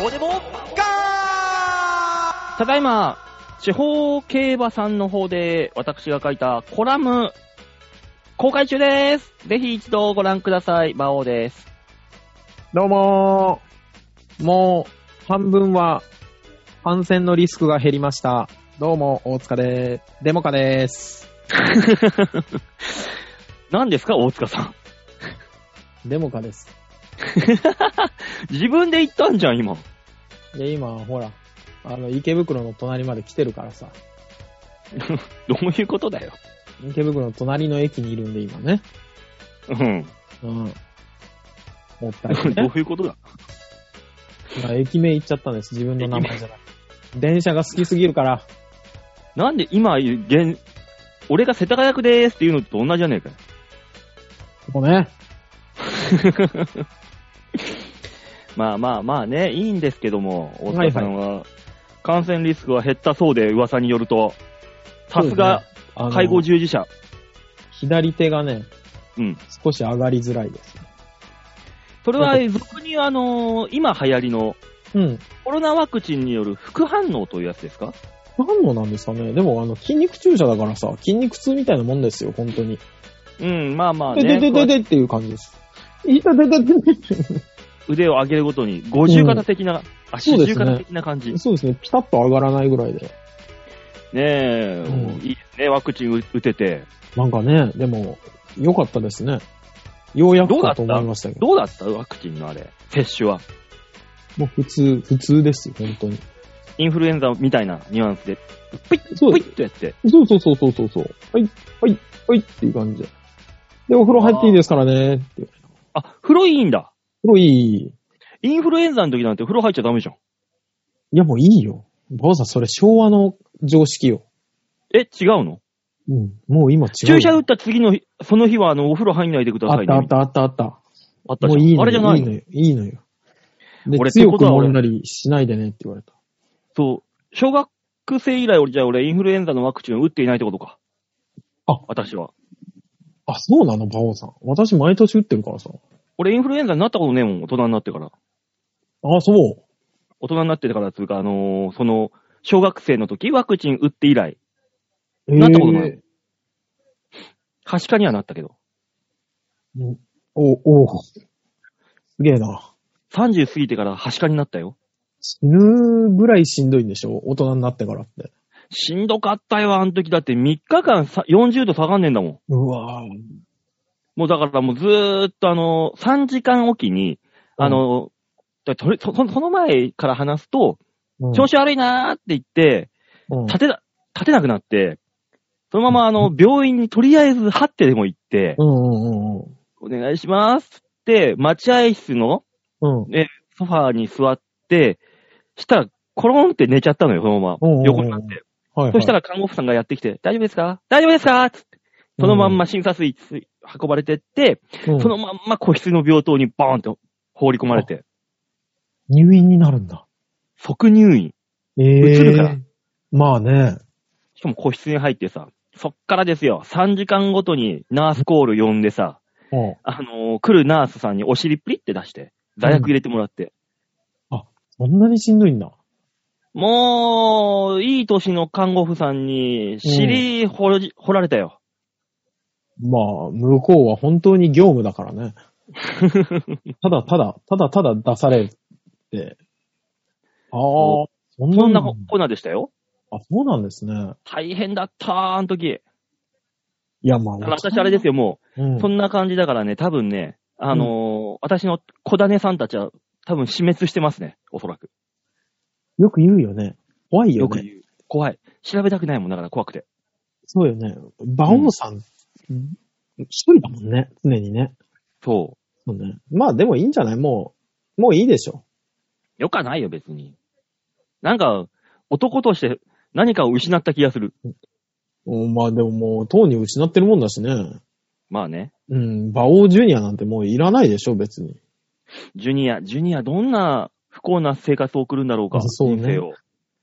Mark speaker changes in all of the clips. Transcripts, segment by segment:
Speaker 1: どうでもガー
Speaker 2: ただいま、地方競馬さんの方で私が書いたコラム、公開中です。ぜひ一度ご覧ください。馬王です。
Speaker 3: どうもー。もう、半分は、感染のリスクが減りました。どうも、大塚でーデモカでーす。
Speaker 2: 何ですか、大塚さん。
Speaker 3: デモカです。
Speaker 2: 自分で言ったんじゃん、今。
Speaker 3: いや、今、ほら、あの、池袋の隣まで来てるからさ。
Speaker 2: どういうことだよ。
Speaker 3: 池袋の隣の駅にいるんで、今ね。
Speaker 2: うん。
Speaker 3: うん。もったい
Speaker 2: ど
Speaker 3: ない、ね
Speaker 2: う。いうことだ。
Speaker 3: 今駅名言っちゃったんです。自分の名前じゃない。電車が好きすぎるから。
Speaker 2: なんで今、現、俺が世田谷区でーすっていうのと同じじゃねえかよ。
Speaker 3: ここね。
Speaker 2: まあまあまあね、いいんですけども、大塚さんは、感染リスクは減ったそうで、噂によると、さすが、
Speaker 3: あの、
Speaker 2: 介護従事者。
Speaker 3: 左手がね、
Speaker 2: うん。
Speaker 3: 少し上がりづらいです。
Speaker 2: それは、俗に、あのー今流行りの、
Speaker 3: うん。
Speaker 2: コロナワクチンによる副反応というやつですか
Speaker 3: 何のなんですかねでも、あの、筋肉注射だからさ、筋肉痛みたいなもんですよ、本当に。
Speaker 2: うん、まあまあ
Speaker 3: で
Speaker 2: ね。
Speaker 3: ででででっていう感じです。いたでででで
Speaker 2: 腕を上げるごとに、五十肩的な、あ、四
Speaker 3: そうです
Speaker 2: 十
Speaker 3: ね
Speaker 2: 肩的な感じ。ね
Speaker 3: そうですね、ピタッと上がらないぐらいで。
Speaker 2: え、
Speaker 3: うん
Speaker 2: いいですね、ワクチン打てて。
Speaker 3: なんかね、でも、良かったですね。ようやくかと思いましたけど。
Speaker 2: どうだったワクチンのあれ、接種は。
Speaker 3: もう普通、普通ですよ、本当に。
Speaker 2: インフルエンザみたいなニュアンスで、ピッ、
Speaker 3: そう
Speaker 2: ピッとやって。
Speaker 3: そうそうそうそうそうそう。はい、はい、はいっていう感じで。で、お風呂入っていいですからねって。風
Speaker 2: あ、風呂いいんだ。
Speaker 3: 呂いい。
Speaker 2: インフルエンザの時なんて風呂入っちゃダメじゃん。
Speaker 3: いや、もういいよ。ばあさん、それ昭和の常識よ。
Speaker 2: え、違うの
Speaker 3: うん。もう今違う
Speaker 2: 注
Speaker 3: よ。
Speaker 2: 射打った次の日、その日はあの、お風呂入んないでくだ
Speaker 3: あ
Speaker 2: さ
Speaker 3: っ
Speaker 2: いね。
Speaker 3: たあったあったあった。
Speaker 2: あった
Speaker 3: も
Speaker 2: じゃ
Speaker 3: うんいいのよ。
Speaker 2: あれじゃない
Speaker 3: い
Speaker 2: の
Speaker 3: のよ。いいのよ。で
Speaker 2: 俺、
Speaker 3: 強
Speaker 2: ってこと
Speaker 3: く
Speaker 2: は俺
Speaker 3: 揉んだりしないでねって言われた。
Speaker 2: そう。小学生以来俺、じゃあ俺、インフルエンザのワクチンを打っていないってことか。
Speaker 3: あ
Speaker 2: 私は。
Speaker 3: あ、そうなの馬王さん。私毎年打ってるからさ。
Speaker 2: 俺、インフルエンザになったことねえもん、大人になってから。
Speaker 3: あ、そう。
Speaker 2: 大人になってからっていうか、あのーその、小学生の時、ワクチン打って以来、
Speaker 3: えー
Speaker 2: なったことないはしかにはなったけど。
Speaker 3: うんお、おすげえな。
Speaker 2: 30過ぎてからはしかになったよ。
Speaker 3: 死ぬぐらいしんどいんでしょ大人になってからって。
Speaker 2: しんどかったよ、あの時。だって3日間さ40度下がんねえんだもん。
Speaker 3: うわぁ。
Speaker 2: もうだからもうずーっとあの、3時間おきに、あの、だとりそそその前から話すと、
Speaker 3: うん
Speaker 2: 調子悪いなーって言って、
Speaker 3: うん
Speaker 2: 立てな、立てなくなって、そのままあの、病院にとりあえず張ってでも行って、
Speaker 3: うんうんうん
Speaker 2: お願いしますって、待合室の
Speaker 3: うん。うん。
Speaker 2: ソファーに座って、したら、コロンって寝ちゃったのよ、そのま
Speaker 3: うんうんう
Speaker 2: ま。
Speaker 3: ん
Speaker 2: 横になって。
Speaker 3: はい、 はい。
Speaker 2: そしたら看護婦さんがやってきて、大丈夫ですか大丈夫ですかつってそのまんま診察室に運ばれてって、
Speaker 3: うん、
Speaker 2: そのまんま個室の病棟にバーンと放り込まれて、
Speaker 3: 入院になるんだ。
Speaker 2: 即入院。
Speaker 3: ええ
Speaker 2: 移るから
Speaker 3: まあね。
Speaker 2: しかも個室に入ってさ、そっからですよ、3時間ごとにナースコール呼んでさ、
Speaker 3: うん。
Speaker 2: あのー来るナースさんにお尻プリって出して、座薬入れてもらって、
Speaker 3: そんなにしんどいんだ。
Speaker 2: もう、いい年の看護婦さんに尻掘ら,、掘られたよ。
Speaker 3: まあ、向こうは本当に業務だか らね。ただただ、ただただ出されて。ああ、そん
Speaker 2: そ
Speaker 3: なんん
Speaker 2: な
Speaker 3: だ
Speaker 2: コーナーでしたよ。
Speaker 3: あ、そうなんですね。
Speaker 2: 大変だったー、あの時。
Speaker 3: いや、まあ、
Speaker 2: だから私あれですよ、も
Speaker 3: う
Speaker 2: う、
Speaker 3: ん
Speaker 2: そんな感じだからね、多分ね、あのー私の小種さんたちは多分死滅してますね、おそらく。
Speaker 3: よく言うよね。怖いよ
Speaker 2: よく
Speaker 3: ね。
Speaker 2: 言う。怖い。調べたくないもんだから怖くて。
Speaker 3: そうよね。馬王さん、一人だもんね。常にね。
Speaker 2: そ
Speaker 3: そうね。まあ、でもいいんじゃないもう、もういいでしょ。
Speaker 2: う。よかないよ、別に。なんか、男として何かを失った気がする。
Speaker 3: うんまあ、でももう、とうに失ってるもんだしね。
Speaker 2: まあね。
Speaker 3: うん、馬王ジュニアなんてもういらないでしょ、別に。
Speaker 2: ジュニア、ジュニア、どんな不幸な生活を送るんだろうか、
Speaker 3: あそうね
Speaker 2: 人生を。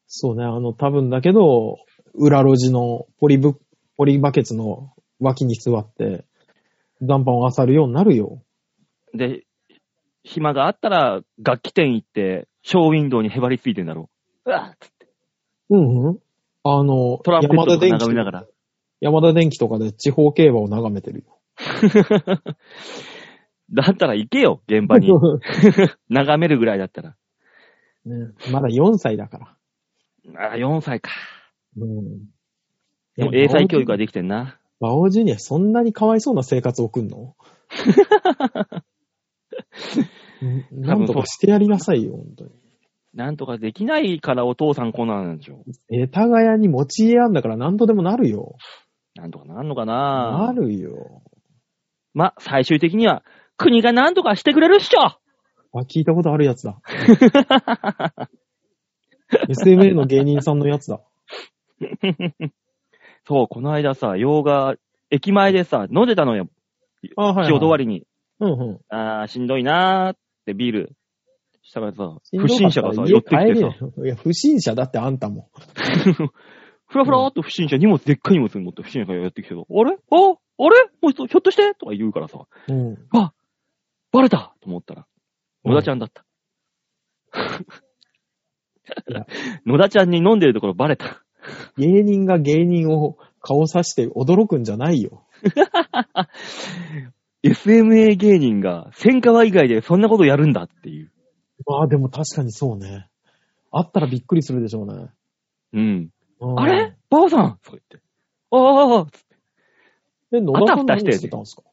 Speaker 3: そうね、あの、多分だけど、裏路地のポリブ、ポリバケツの脇に座って、残飯を漁るようになるよ。
Speaker 2: で、暇があったら楽器店行って、ショーウィンドウにへばりついてんだろう。うわ
Speaker 3: うんうん。あの、
Speaker 2: トランペットとか
Speaker 3: ヤマダ電機
Speaker 2: 眺めながら。
Speaker 3: 山田電機とかで地方競馬を眺めてるよ。
Speaker 2: だったら行けよ、現場に。眺めるぐらいだったら。
Speaker 3: ね、まだ4歳だから。
Speaker 2: あ、4歳か。
Speaker 3: うん。
Speaker 2: でも英才教育はできてんな。
Speaker 3: 馬王ジュニアそんなにかわいそうな生活を送 んのうんなんとかしてやりなさいよ、本当に。
Speaker 2: なんとかできないからお父さんこんなんでしょ。
Speaker 3: えたがやに持ち家あんだから何とでもなるよ。
Speaker 2: なんとかなんのかな
Speaker 3: なるよ。
Speaker 2: ま、最終的には、国がなんとかしてくれるっしょ
Speaker 3: あ、聞いたことあるや つだ。SMA の芸人さんのやつだ。
Speaker 2: そう、この間さ、洋画、駅前でさ、飲んでたのよ。
Speaker 3: あ、はい、はい。
Speaker 2: 仕事終わりに。
Speaker 3: うんうん。
Speaker 2: あー、しんどいなーってビール。したからさ、
Speaker 3: しん
Speaker 2: 不
Speaker 3: どかった
Speaker 2: 審者がさ、寄ってきてさ、。
Speaker 3: 家帰れよいや、不審者だってあんたも。
Speaker 2: ふらふらーっと不審者、荷物、でっかい荷物持って不審者が寄ってきてさ、あれああれもうひょひょっとしてとか言うからさ、
Speaker 3: うん。
Speaker 2: バレたと思ったら、
Speaker 3: うん
Speaker 2: 野田ちゃんだった
Speaker 3: いや。
Speaker 2: 野田ちゃんに飲んでるところバレた。
Speaker 3: 芸人が芸人を顔さして驚くんじゃないよ。
Speaker 2: SMA 芸人が、千川以外でそんなことやるんだっていう。
Speaker 3: まあでも確かにそうね。あったらびっくりするでしょうね。
Speaker 2: うん。
Speaker 3: うん
Speaker 2: あれバオさんそう言って。ああ、つって
Speaker 3: え、野田さん
Speaker 2: あたふたして
Speaker 3: 何してたんですか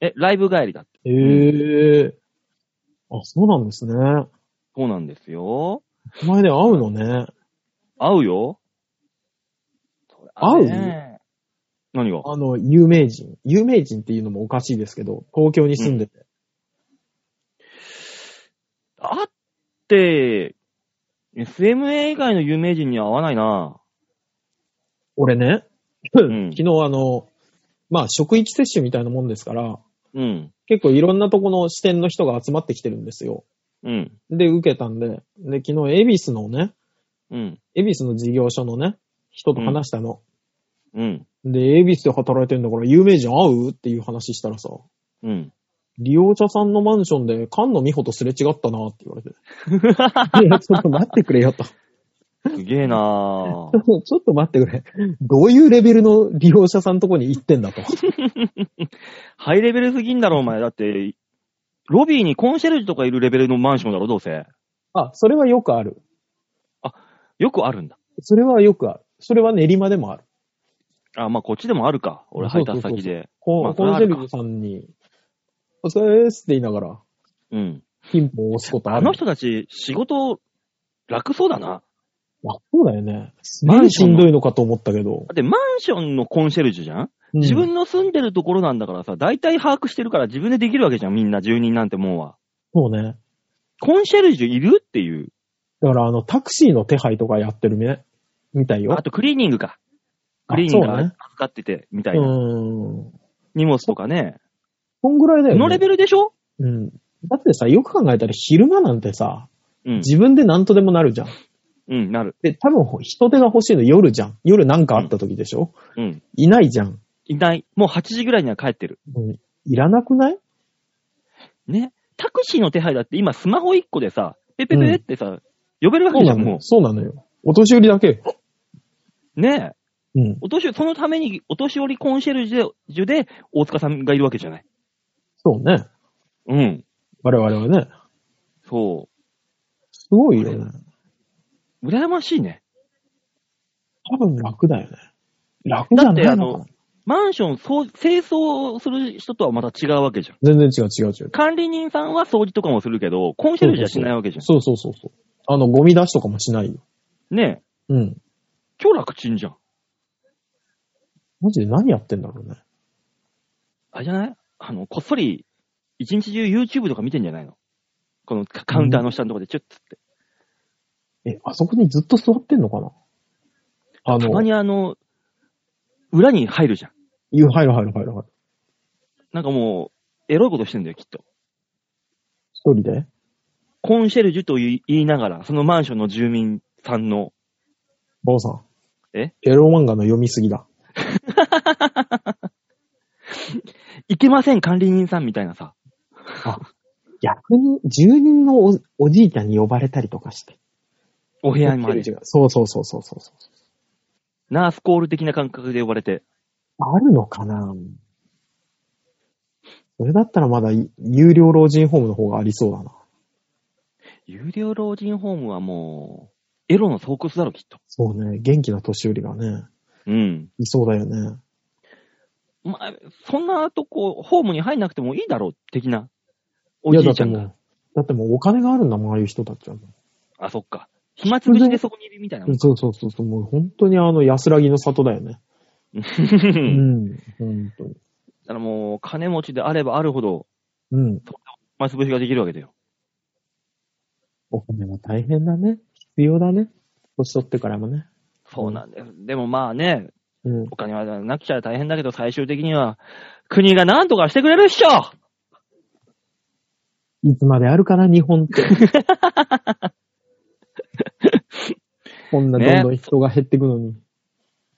Speaker 2: え、ライブ帰りだって。
Speaker 3: へえあ、そうなんですね。
Speaker 2: そうなんですよ。
Speaker 3: 前で会うのね。
Speaker 2: 合うよ。
Speaker 3: 合う
Speaker 2: ね何が
Speaker 3: あの、有名人。有名人っていうのもおかしいですけど、東京に住んでて。
Speaker 2: あって、SMA 以外の有名人には合わないな。
Speaker 3: 俺ね、
Speaker 2: ん
Speaker 3: 昨日あの、まあ、職域接種みたいなもんですから、
Speaker 2: うん。
Speaker 3: 結構いろんなとこの支店の人が集まってきてるんですよ。
Speaker 2: うん。
Speaker 3: で、受けたんで、で、昨日、恵比寿のね、
Speaker 2: うん。
Speaker 3: 恵比寿の事業所のね、人と話したの。
Speaker 2: うん。
Speaker 3: で、恵比寿で働いてんだから有名人会うっていう話したらさ、
Speaker 2: うん。
Speaker 3: 利用者さんのマンションで菅野美穂とすれ違ったなって言われて。いや、ちょっと待ってくれよと。ち
Speaker 2: すげえ なぁ。
Speaker 3: ょっと待ってくれ。どういうレベルの利用者さんとこに行ってんだと。
Speaker 2: ハイレベルすぎんだろ、お前。だって、ロビーにコンシェルジュとかいるレベルのマンションだろ、どうせ。
Speaker 3: あ、それはよくある。
Speaker 2: よくあるんだ。
Speaker 3: それはよくある。それは練馬でもある。
Speaker 2: あ、まあ、こっちでもあるか。俺、
Speaker 3: そ
Speaker 2: 配
Speaker 3: うそう
Speaker 2: 達
Speaker 3: そうそう
Speaker 2: 先で。
Speaker 3: こ
Speaker 2: まあ
Speaker 3: コンシェルジュさんに、お疲れですって言いながら、
Speaker 2: うん。
Speaker 3: ピンポン押すことあ
Speaker 2: あ
Speaker 3: る。
Speaker 2: の人たち、仕事、楽そうだな。
Speaker 3: あそうだよね。す
Speaker 2: マ
Speaker 3: げえ
Speaker 2: ンシ
Speaker 3: し
Speaker 2: ョン
Speaker 3: ん
Speaker 2: の
Speaker 3: どいのかと思ったけど
Speaker 2: だ。って、マンションのコンシェルジュじゃん
Speaker 3: うん
Speaker 2: 自分の住んでるところなんだからさ、大体把握してるから自分でできるわけじゃん、みんな、住人なんてもんは。
Speaker 3: そうね。
Speaker 2: コンシェルジュいるっていう。
Speaker 3: だから、あの、タクシーの手配とかやってるね。みたいよ。
Speaker 2: あと、クリーニングか。クリーニング
Speaker 3: あ
Speaker 2: が
Speaker 3: そうね
Speaker 2: 預かってて、みた
Speaker 3: う
Speaker 2: いな。
Speaker 3: ーん。
Speaker 2: 荷物とかね。
Speaker 3: こんぐらいだよ、
Speaker 2: こ
Speaker 3: ね。
Speaker 2: のレベルでしょ
Speaker 3: うん。だってさ、よく考えたら昼間なんてさ、
Speaker 2: うん。
Speaker 3: 自分で何とでもなるじゃん。
Speaker 2: うん、なる。
Speaker 3: で、多分人手が欲しいの夜じゃん。夜なんかあった時でしょ、
Speaker 2: うん。
Speaker 3: いないじゃん。
Speaker 2: いない。もう8時ぐらいには帰ってる。
Speaker 3: うんいらなくない
Speaker 2: ね。タクシーの手配だって今スマホ1個でさ、ペペペってさ、呼べるわ
Speaker 3: そ
Speaker 2: け
Speaker 3: う
Speaker 2: じゃ、
Speaker 3: なんの
Speaker 2: も
Speaker 3: よ。そうなのよ。お年寄りだけ。
Speaker 2: う。ねえ。
Speaker 3: うん。
Speaker 2: お年寄り、そのために、お年寄りコンシェルジュで、大塚さんがいるわけじゃない。
Speaker 3: そうね。
Speaker 2: うん。
Speaker 3: 我々はね。
Speaker 2: そ
Speaker 3: すごいよね。
Speaker 2: う。羨ましいね。
Speaker 3: 多分楽だよね。楽じゃないのか
Speaker 2: だ
Speaker 3: な
Speaker 2: っマンション、そう、清掃する人とはまた違うわけじゃん。
Speaker 3: 全然違う違う違う。
Speaker 2: 管理人さんは掃除とかもするけど、コンシェルジュはしないわけじゃ
Speaker 3: そうそうそうそう。あの、ゴミ出しとかもしないよ。
Speaker 2: ん。ねえ。
Speaker 3: うん。
Speaker 2: 超楽ちんじゃん。
Speaker 3: マジで何やってんだろうね。
Speaker 2: あれじゃないあの、こっそり、一日中 YouTube とか見てんじゃないのこのカカウンターの下のとこでチュッつって。
Speaker 3: え、あそこにずっと座ってんのかなあ
Speaker 2: たま
Speaker 3: の、
Speaker 2: にあの、裏に入るじゃん。
Speaker 3: 言う、入る入る入る入る。
Speaker 2: なんかもう、エロいことしてんだよ、きっと。
Speaker 3: 一人で
Speaker 2: コンシェルジュと言い言いながら、そのマンションの住民さんの、
Speaker 3: バオさん。
Speaker 2: え
Speaker 3: エロ漫画の読みすぎだ。
Speaker 2: いけません管理人さんみたいなさ。
Speaker 3: いや、人、10人のおおじいちゃんに呼ばれたりとかして。
Speaker 2: お部屋まで。
Speaker 3: そうそうそうそうそうそ
Speaker 2: ナースコール的な感覚で呼ばれて。
Speaker 3: う。あるのかなそれだったらまだい有料老人ホームの方がありそうだな。
Speaker 2: 有料老人ホームはもう、エロの洞窟だろ、きっと。
Speaker 3: そうね。元気な年寄りがね、
Speaker 2: うん。
Speaker 3: いそうだよね。
Speaker 2: まあ、そんなとこ、ホームに入んなくてもいいだろう、的な。おじいちゃん
Speaker 3: や
Speaker 2: が。
Speaker 3: だってもうだってもうお金があるんだもん、ああいう人たちはも
Speaker 2: あ、そっか。暇つぶしでそこにいるみたいなも
Speaker 3: う。
Speaker 2: ん。
Speaker 3: そうそうそうそう。もう本当にあの安らぎの里だよね。うん。本当に。
Speaker 2: だからもう、金持ちであればあるほど、
Speaker 3: うん。
Speaker 2: 暇つぶしができるわけだよ。
Speaker 3: お金も大変だね。必要だね。年取ってからもね。
Speaker 2: そうなんです。でもまあね、
Speaker 3: うん。
Speaker 2: お金はなくちゃ大変だけど、最終的には、国が何とかしてくれるっしょ
Speaker 3: いつまであるかな、日本 って。こんなどんどん人が減っていくのに。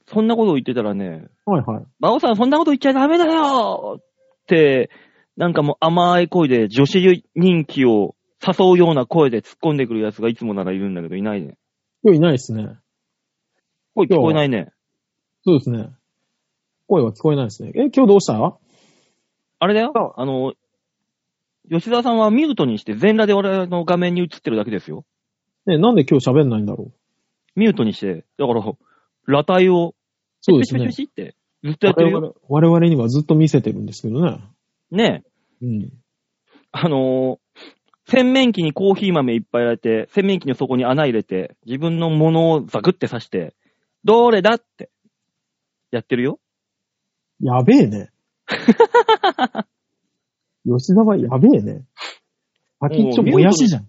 Speaker 2: そんなことを言ってたらね、
Speaker 3: はいはい。
Speaker 2: 馬王さんそんなこと言っちゃダメだよって、なんかもう甘い声で女子人気を誘うような声で突っ込んでくる奴がいつもならいるんだけど、いないね。
Speaker 3: 今日いないですね。
Speaker 2: 声聞こえないね。
Speaker 3: そうですね。声は聞こえないですね。え、今日どうした
Speaker 2: あれだよ
Speaker 3: そう
Speaker 2: あの、吉沢さんはミュートにして全裸で俺の画面に映ってるだけですよ。
Speaker 3: ね、なんで今日喋んないんだろう。
Speaker 2: ミュートにして、だから、裸体を、
Speaker 3: そうです
Speaker 2: ピ
Speaker 3: ね
Speaker 2: シ。ピシピシって、ずっとやって
Speaker 3: 我
Speaker 2: るよ。
Speaker 3: 々我々にはずっと見せてるんですけどね。
Speaker 2: ねえ。
Speaker 3: うん。
Speaker 2: あのー洗面器にコーヒー豆いっぱい入れて、洗面器の底に穴入れて、自分のものをザクって刺して、どれだって、やってるよ。
Speaker 3: やべ えね。吉田はやべえね。先っちょもやしじゃん。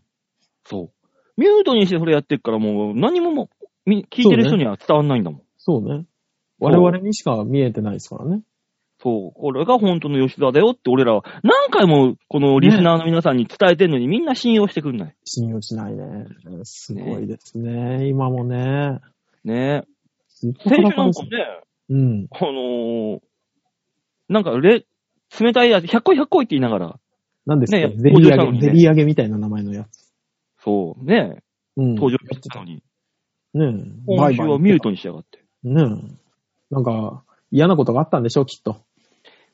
Speaker 2: そう。ミュートにしてそれやってるから、もう何ももう、み聞いてる人には伝わんないんだもん。
Speaker 3: そうね。我々にしか見えてないですからね。
Speaker 2: そう。これが本当の吉沢だよって、俺らは何回もこのリスナーの皆さんに伝えてるのに、みんな信用してくんない。
Speaker 3: 信用しないね。すごいですね。今もね。
Speaker 2: ね
Speaker 3: ずっ
Speaker 2: え。
Speaker 3: と
Speaker 2: 先週
Speaker 3: 裸
Speaker 2: な
Speaker 3: で
Speaker 2: ん
Speaker 3: す
Speaker 2: か
Speaker 3: ね
Speaker 2: ね、
Speaker 3: うん。
Speaker 2: あのー、なんかれ、冷たいやつ、100個100個いって言いながら、
Speaker 3: なんですか、
Speaker 2: ね
Speaker 3: ゼリー
Speaker 2: 登場したの
Speaker 3: 揚げ、
Speaker 2: に
Speaker 3: ゼ
Speaker 2: ね
Speaker 3: リー揚げみたいな名前のやつ。
Speaker 2: そう、ねえ、
Speaker 3: うん。
Speaker 2: 登場してたのに。
Speaker 3: ねえ。
Speaker 2: 今週はミュートにしやがって。
Speaker 3: ねえ。なんか、嫌なことがあったんでしょ、きっと。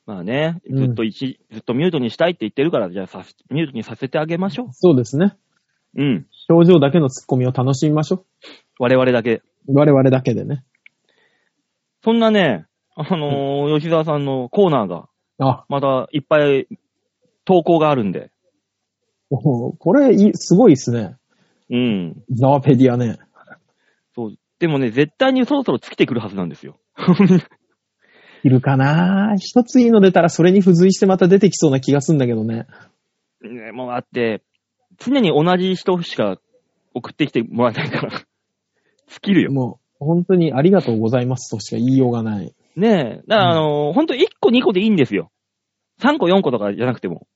Speaker 2: まあね、
Speaker 3: うん
Speaker 2: ずっと一、ずっとミュートにしたいって言ってるから、じゃあさせ、ミュートにさせてあげましょ
Speaker 3: そうですね。
Speaker 2: う。うん。
Speaker 3: 表情だけのツッコミを楽しみましょ
Speaker 2: 我々だけ。
Speaker 3: う。我々だけでね。
Speaker 2: そんなね、あのー吉沢さんのコーナーが、
Speaker 3: あ、
Speaker 2: またいっぱい投稿があるんで。
Speaker 3: もうこれいい、すごいですね。
Speaker 2: うん。
Speaker 3: ザワペディアね。
Speaker 2: そう。でもね、絶対にそろそろ尽きてくるはずなんですよ。
Speaker 3: いるかな一ついいの出たらそれに付随してまた出てきそうな気がするんだけどね。
Speaker 2: ねもうあって、常に同じ人しか送ってきてもらえないから。 尽きるよ。
Speaker 3: もう、本当にありがとうございますとしか言いようがない。
Speaker 2: ねえ。だから、あのー、ほんと1個2個でいいんですよ。3個4個とかじゃなくても。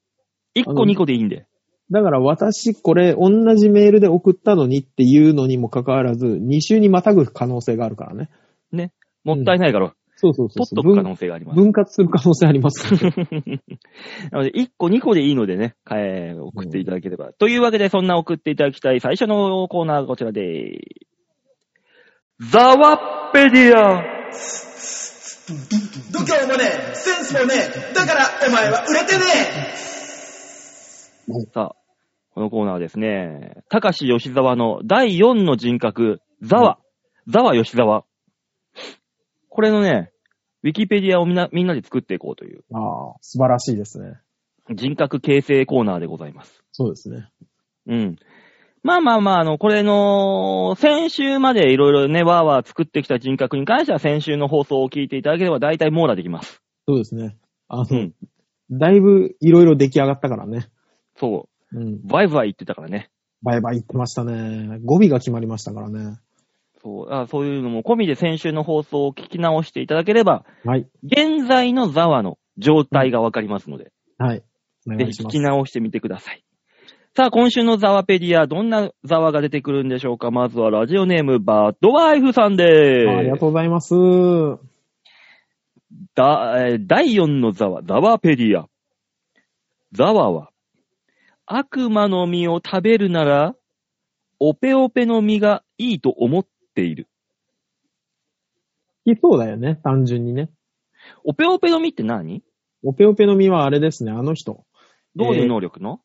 Speaker 2: 1個
Speaker 3: あの
Speaker 2: 2個でいいんで。
Speaker 3: だから私、これ、同じメールで送ったのにっていうのにもかかわらず、2週にまたぐ可能性があるからね。
Speaker 2: もったいないから、
Speaker 3: そうそうそ
Speaker 2: 取
Speaker 3: う
Speaker 2: っ
Speaker 3: そ
Speaker 2: と
Speaker 3: う
Speaker 2: く可
Speaker 3: 分。
Speaker 2: 能性があります。
Speaker 3: 分割する可能性ありま す。
Speaker 2: なので、1個2個でいいのでね、えー送っていただければ。というわけで、そんな送っていただきたい最初のコーナーはこちらでーす。ザワッペディア
Speaker 1: 度胸もねえ、センスもねえ、だからお前は売れてねえ
Speaker 2: さあ、このコーナーはですね、高橋吉沢の第4の人格、ザワ、ザワ吉沢。これのね、ウィキペディアをみんな、みんなで作っていこうという
Speaker 3: あ あ、素晴らしいですね。
Speaker 2: 人格形成コーナーでございます。
Speaker 3: そうですね。
Speaker 2: うん。まあまあまあ、あの、これの、先週までいろいろね、わーわー作ってきた人格に関しては、先週の放送を聞いていただければ、大体網羅できます。
Speaker 3: そうですね。あの、
Speaker 2: うん
Speaker 3: だいぶいろいろ出来上がったからね。
Speaker 2: そ
Speaker 3: うん。
Speaker 2: う。バイバイ言ってたからね。
Speaker 3: バイバイ言ってましたね。語尾が決まりましたからね。
Speaker 2: そう。あそういうのも込みで先週の放送を聞き直していただければ、
Speaker 3: はい。
Speaker 2: 現在のザワの状態がわかりますので、
Speaker 3: はい。お
Speaker 2: ぜ
Speaker 3: 願い
Speaker 2: ひ
Speaker 3: し
Speaker 2: 聞
Speaker 3: ま
Speaker 2: き
Speaker 3: す。
Speaker 2: 直してみてください。さあ、今週のザワペディア、どんなザワが出てくるんでしょうかまずはラジオネーム、バッドワイフさんでーす。
Speaker 3: あありがとうございます。
Speaker 2: だ、えー第4のザワ、ザワペディア。ザワは、悪魔の実を食べるなら、オペオペの実がいいと思っている。
Speaker 3: いそうだよね、単純にね。
Speaker 2: オペオペの実って何
Speaker 3: オペオペの実はあれですね、あの人。
Speaker 2: どういう能力の、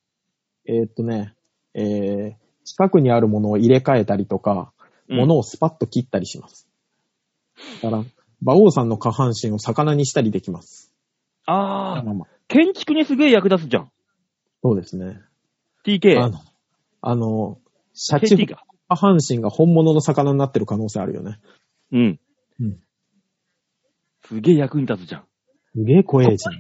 Speaker 3: えーっとね、えー、近くにあるものを入れ替えたりとか、
Speaker 2: うん
Speaker 3: ものをスパッと切ったりします。だから、馬王さんの下半身を魚にしたりできます。
Speaker 2: ああ、
Speaker 3: まあまあ
Speaker 2: 建築にすげえ役立つじゃん。
Speaker 3: そうですね。あ
Speaker 2: TK。
Speaker 3: の、あの、シャチ
Speaker 2: KT が。
Speaker 3: 下半身が本物の魚になってる可能性あるよね。
Speaker 2: うん。
Speaker 3: うん
Speaker 2: すげえ役に立つじゃん。
Speaker 3: すげえ怖えじゃん。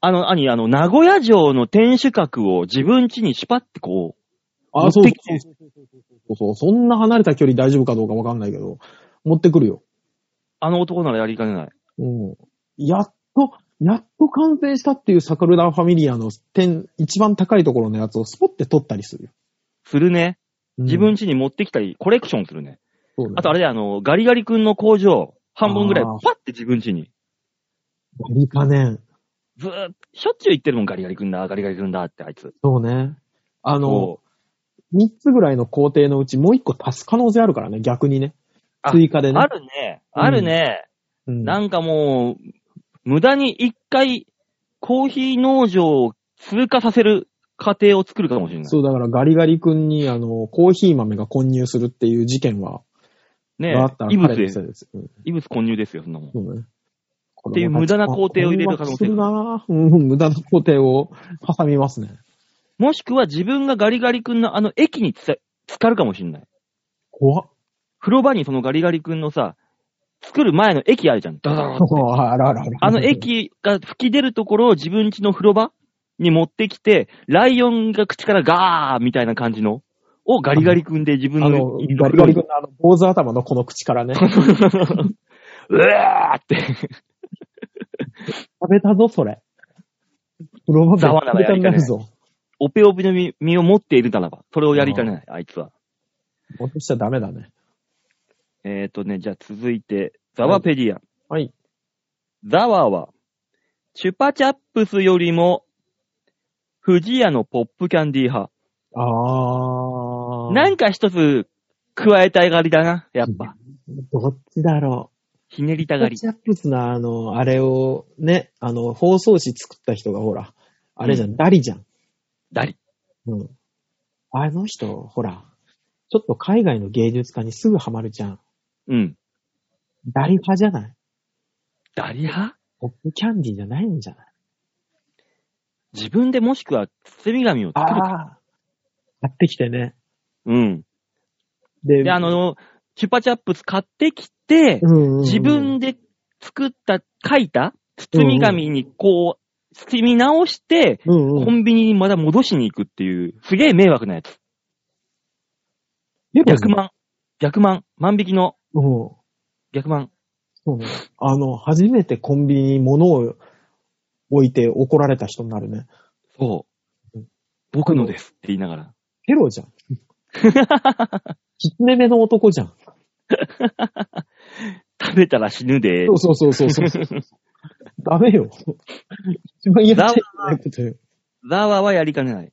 Speaker 2: あの、兄、あの、名古屋城の天守閣を自分家にシュパってこ持っ
Speaker 3: あ、
Speaker 2: て
Speaker 3: そう
Speaker 2: き
Speaker 3: そうそうそうそう。そんな離れた距離大丈夫かどうかわかんないけど、持ってくるよ。
Speaker 2: う、あの男ならやりかねない。
Speaker 3: うん。やっと、やっと完成したっていうサカルダ・ファミリアの点、一番高いところのやつをスポッて取ったりするよ。
Speaker 2: するね。
Speaker 3: うん
Speaker 2: 自分家に持ってきたり、コレクションするね。
Speaker 3: そうだ
Speaker 2: あとあ
Speaker 3: れ
Speaker 2: れだよ、あの、ガリガリ君の工場、半分ぐらい
Speaker 3: あー、
Speaker 2: パって自分家に。
Speaker 3: ガリカネン。
Speaker 2: ずーっと、しょっちゅう言ってるもん、ガリガリ君だ、ガリガリ君だって、あいつ。
Speaker 3: そうね。あの、
Speaker 2: そう
Speaker 3: 三つぐらいの工程のうちもう一個足す可能性あるからね、逆にね。
Speaker 2: あ
Speaker 3: 追加でね
Speaker 2: あ。るね、あるね。
Speaker 3: うん
Speaker 2: なんかもう、無駄に一回、コーヒー農場を通過させる過程を作るかもしれない。
Speaker 3: そう、だからガリガリ君に、あの、コーヒー豆が混入するっていう事件は、
Speaker 2: ね
Speaker 3: があった
Speaker 2: 異物
Speaker 3: 彼の
Speaker 2: で
Speaker 3: せ、いです。うん
Speaker 2: 異物混入ですよ、そんなもん。
Speaker 3: そうね。
Speaker 2: っていう無駄な工程を入れる可能性
Speaker 3: するなぁ。うん、無駄な工程を挟みますね。
Speaker 2: もしくは自分がガリガリ君のあの駅につ浸かるかもしれない。
Speaker 3: 怖っ。
Speaker 2: 風呂場にそのガリガリ君のさ、作る前の駅あるじゃん。ダダダ
Speaker 3: あらあらあら。
Speaker 2: あの駅が吹き出るところを自分家の風呂場に持ってきて、ライオンが口からガーみたいな感じの、をガリガリ君で自分
Speaker 3: あ
Speaker 2: の
Speaker 3: の、
Speaker 2: 家
Speaker 3: ガリガリ君のあの、坊主頭のこの口からね、食
Speaker 2: うわーって、
Speaker 3: べたぞ、それ。風呂場
Speaker 2: ざわなわやりかねない
Speaker 3: べたになるぞ。
Speaker 2: オペオペの身を持っているならば、それをやりかねない、あいつは。
Speaker 3: 落としちゃダメだね。
Speaker 2: えーとね、じゃあ続いて、ザワペディア。
Speaker 3: はい。
Speaker 2: ザワは、チュパチャップスよりも、藤屋のポップキャンディー派。
Speaker 3: あー。
Speaker 2: なんか一つ、加えたいがりだな、やっぱ。
Speaker 3: どっちだろ
Speaker 2: ひねりた
Speaker 3: う。
Speaker 2: がり。
Speaker 3: チャップスな、あの、あれを、ね、あの、放送紙作った人がほら、あれじゃん、ダリじゃん。
Speaker 2: だり。
Speaker 3: うん。あの人、ほら、ちょっと海外の芸術家にすぐハマるじゃん。
Speaker 2: うん。
Speaker 3: ダリ派じゃない
Speaker 2: ダリ派
Speaker 3: ポップキャンディーじゃないんじゃない
Speaker 2: 自分でもしくは包み紙を作るか。
Speaker 3: あ。買ってきてね。
Speaker 2: うん。
Speaker 3: で
Speaker 2: で、あ、の、チュパチャップス買ってきて、
Speaker 3: うんうんうん
Speaker 2: 自分で作った、書いた包み紙にこう、包み直して、
Speaker 3: うんう
Speaker 2: コ
Speaker 3: ん。
Speaker 2: ンビニにまだ戻しに行くっていう、すげえ迷惑なやつ。
Speaker 3: でもね
Speaker 2: 逆万。逆万。万引きの
Speaker 3: うん。
Speaker 2: 逆万。
Speaker 3: そうね。あの、初めてコンビニに物を置いて怒られた人になるね。
Speaker 2: そう
Speaker 3: うん。
Speaker 2: 僕のですって言いながら。
Speaker 3: ヘロ じゃん。きつめめの男じゃん。
Speaker 2: 食べたら死ぬで
Speaker 3: そ。うそうそうそうそうそう。 ダメよ。一番やっちゃいけないことよ。
Speaker 2: ザワはやりかねない。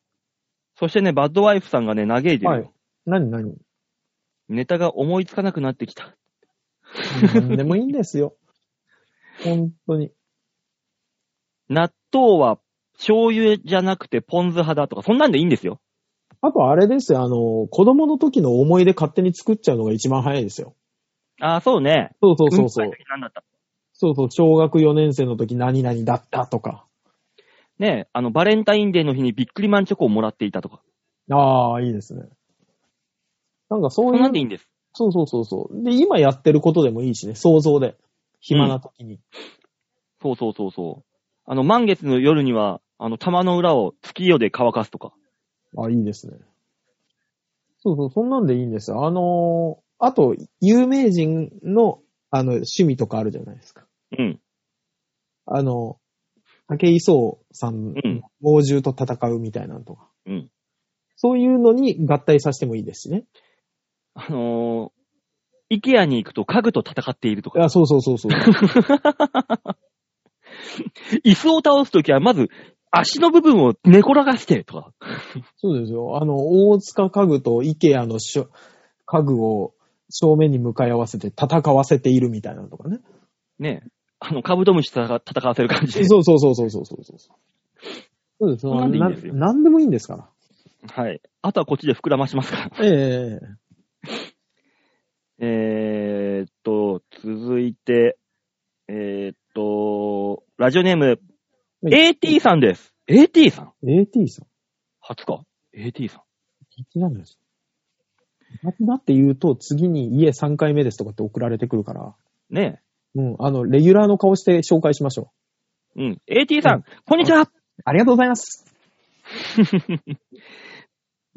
Speaker 2: そしてね、バッドワイフさんがね、嘆いてるよ。
Speaker 3: はい。何何
Speaker 2: ネタが思いつかなくなってきた。
Speaker 3: 何でもいいんですよ。本当に。
Speaker 2: 納豆は醤油じゃなくてポン酢派だとか、そんなんでいいんですよ。
Speaker 3: あとあれですよ、あの、子供の時の思い出勝手に作っちゃうのが一番早いですよ。
Speaker 2: ああ、そうね。
Speaker 3: そうそうそうそう。
Speaker 2: んこいた時なんだった
Speaker 3: そうそう、小学4年生の時何々だったとか。
Speaker 2: ねえ、あの、バレンタインデーの日にビックリマンチョコをもらっていたとか。
Speaker 3: ああ、いいですね。なんかそ
Speaker 2: そうう
Speaker 3: い、
Speaker 2: なんでいういんです。
Speaker 3: そうそうそうそう。で、今やってることでもいいしね、想像で。暇な時に。
Speaker 2: そうそうそうそう。あの、満月の夜には、あの、玉の裏を月夜で乾かすとか。
Speaker 3: あいいですね。そうそう、そんなんでいいんですよ。あのーあと、有名人の、あの、趣味とかあるじゃないですか。
Speaker 2: うん。
Speaker 3: あの、竹井壮さ
Speaker 2: う
Speaker 3: ん
Speaker 2: ん、
Speaker 3: 猛獣と戦うみたいなのとか。
Speaker 2: うん。
Speaker 3: そういうのに合体させてもいいですしね。
Speaker 2: あのー、イケアに行くと家具と戦っているとか。
Speaker 3: あそうそうそうそう。
Speaker 2: 椅子を倒すときは、まず、足の部分を寝転がしてとか。
Speaker 3: そうですよ。あの、大塚家具と IKEA のしょ家具を正面に向かい合わせて戦わせているみたいなのとかね。
Speaker 2: ね。あの、カブトムシと戦戦わせる感じで。
Speaker 3: そうそうそうそうそうそうそう。そうですよ。
Speaker 2: そんなんでいいん
Speaker 3: な
Speaker 2: ですよ
Speaker 3: なんでもいいんですから。
Speaker 2: はい。あとはこっちで膨らましますから。
Speaker 3: ええ
Speaker 2: えー、っと、続いて、えー、っと、ラジオネーム、
Speaker 3: はい
Speaker 2: AT さんです。AT さん
Speaker 3: AT さん。
Speaker 2: 初か ?AT さん。
Speaker 3: 聞いてないです。だだって言うと、次に家3回目ですとかって送られてくるから、
Speaker 2: ね
Speaker 3: うん、あの、レギュラーの顔して紹介しましょ
Speaker 2: え。うん。AT さん、
Speaker 3: う
Speaker 2: こんにちは
Speaker 3: う。ありがとうございます。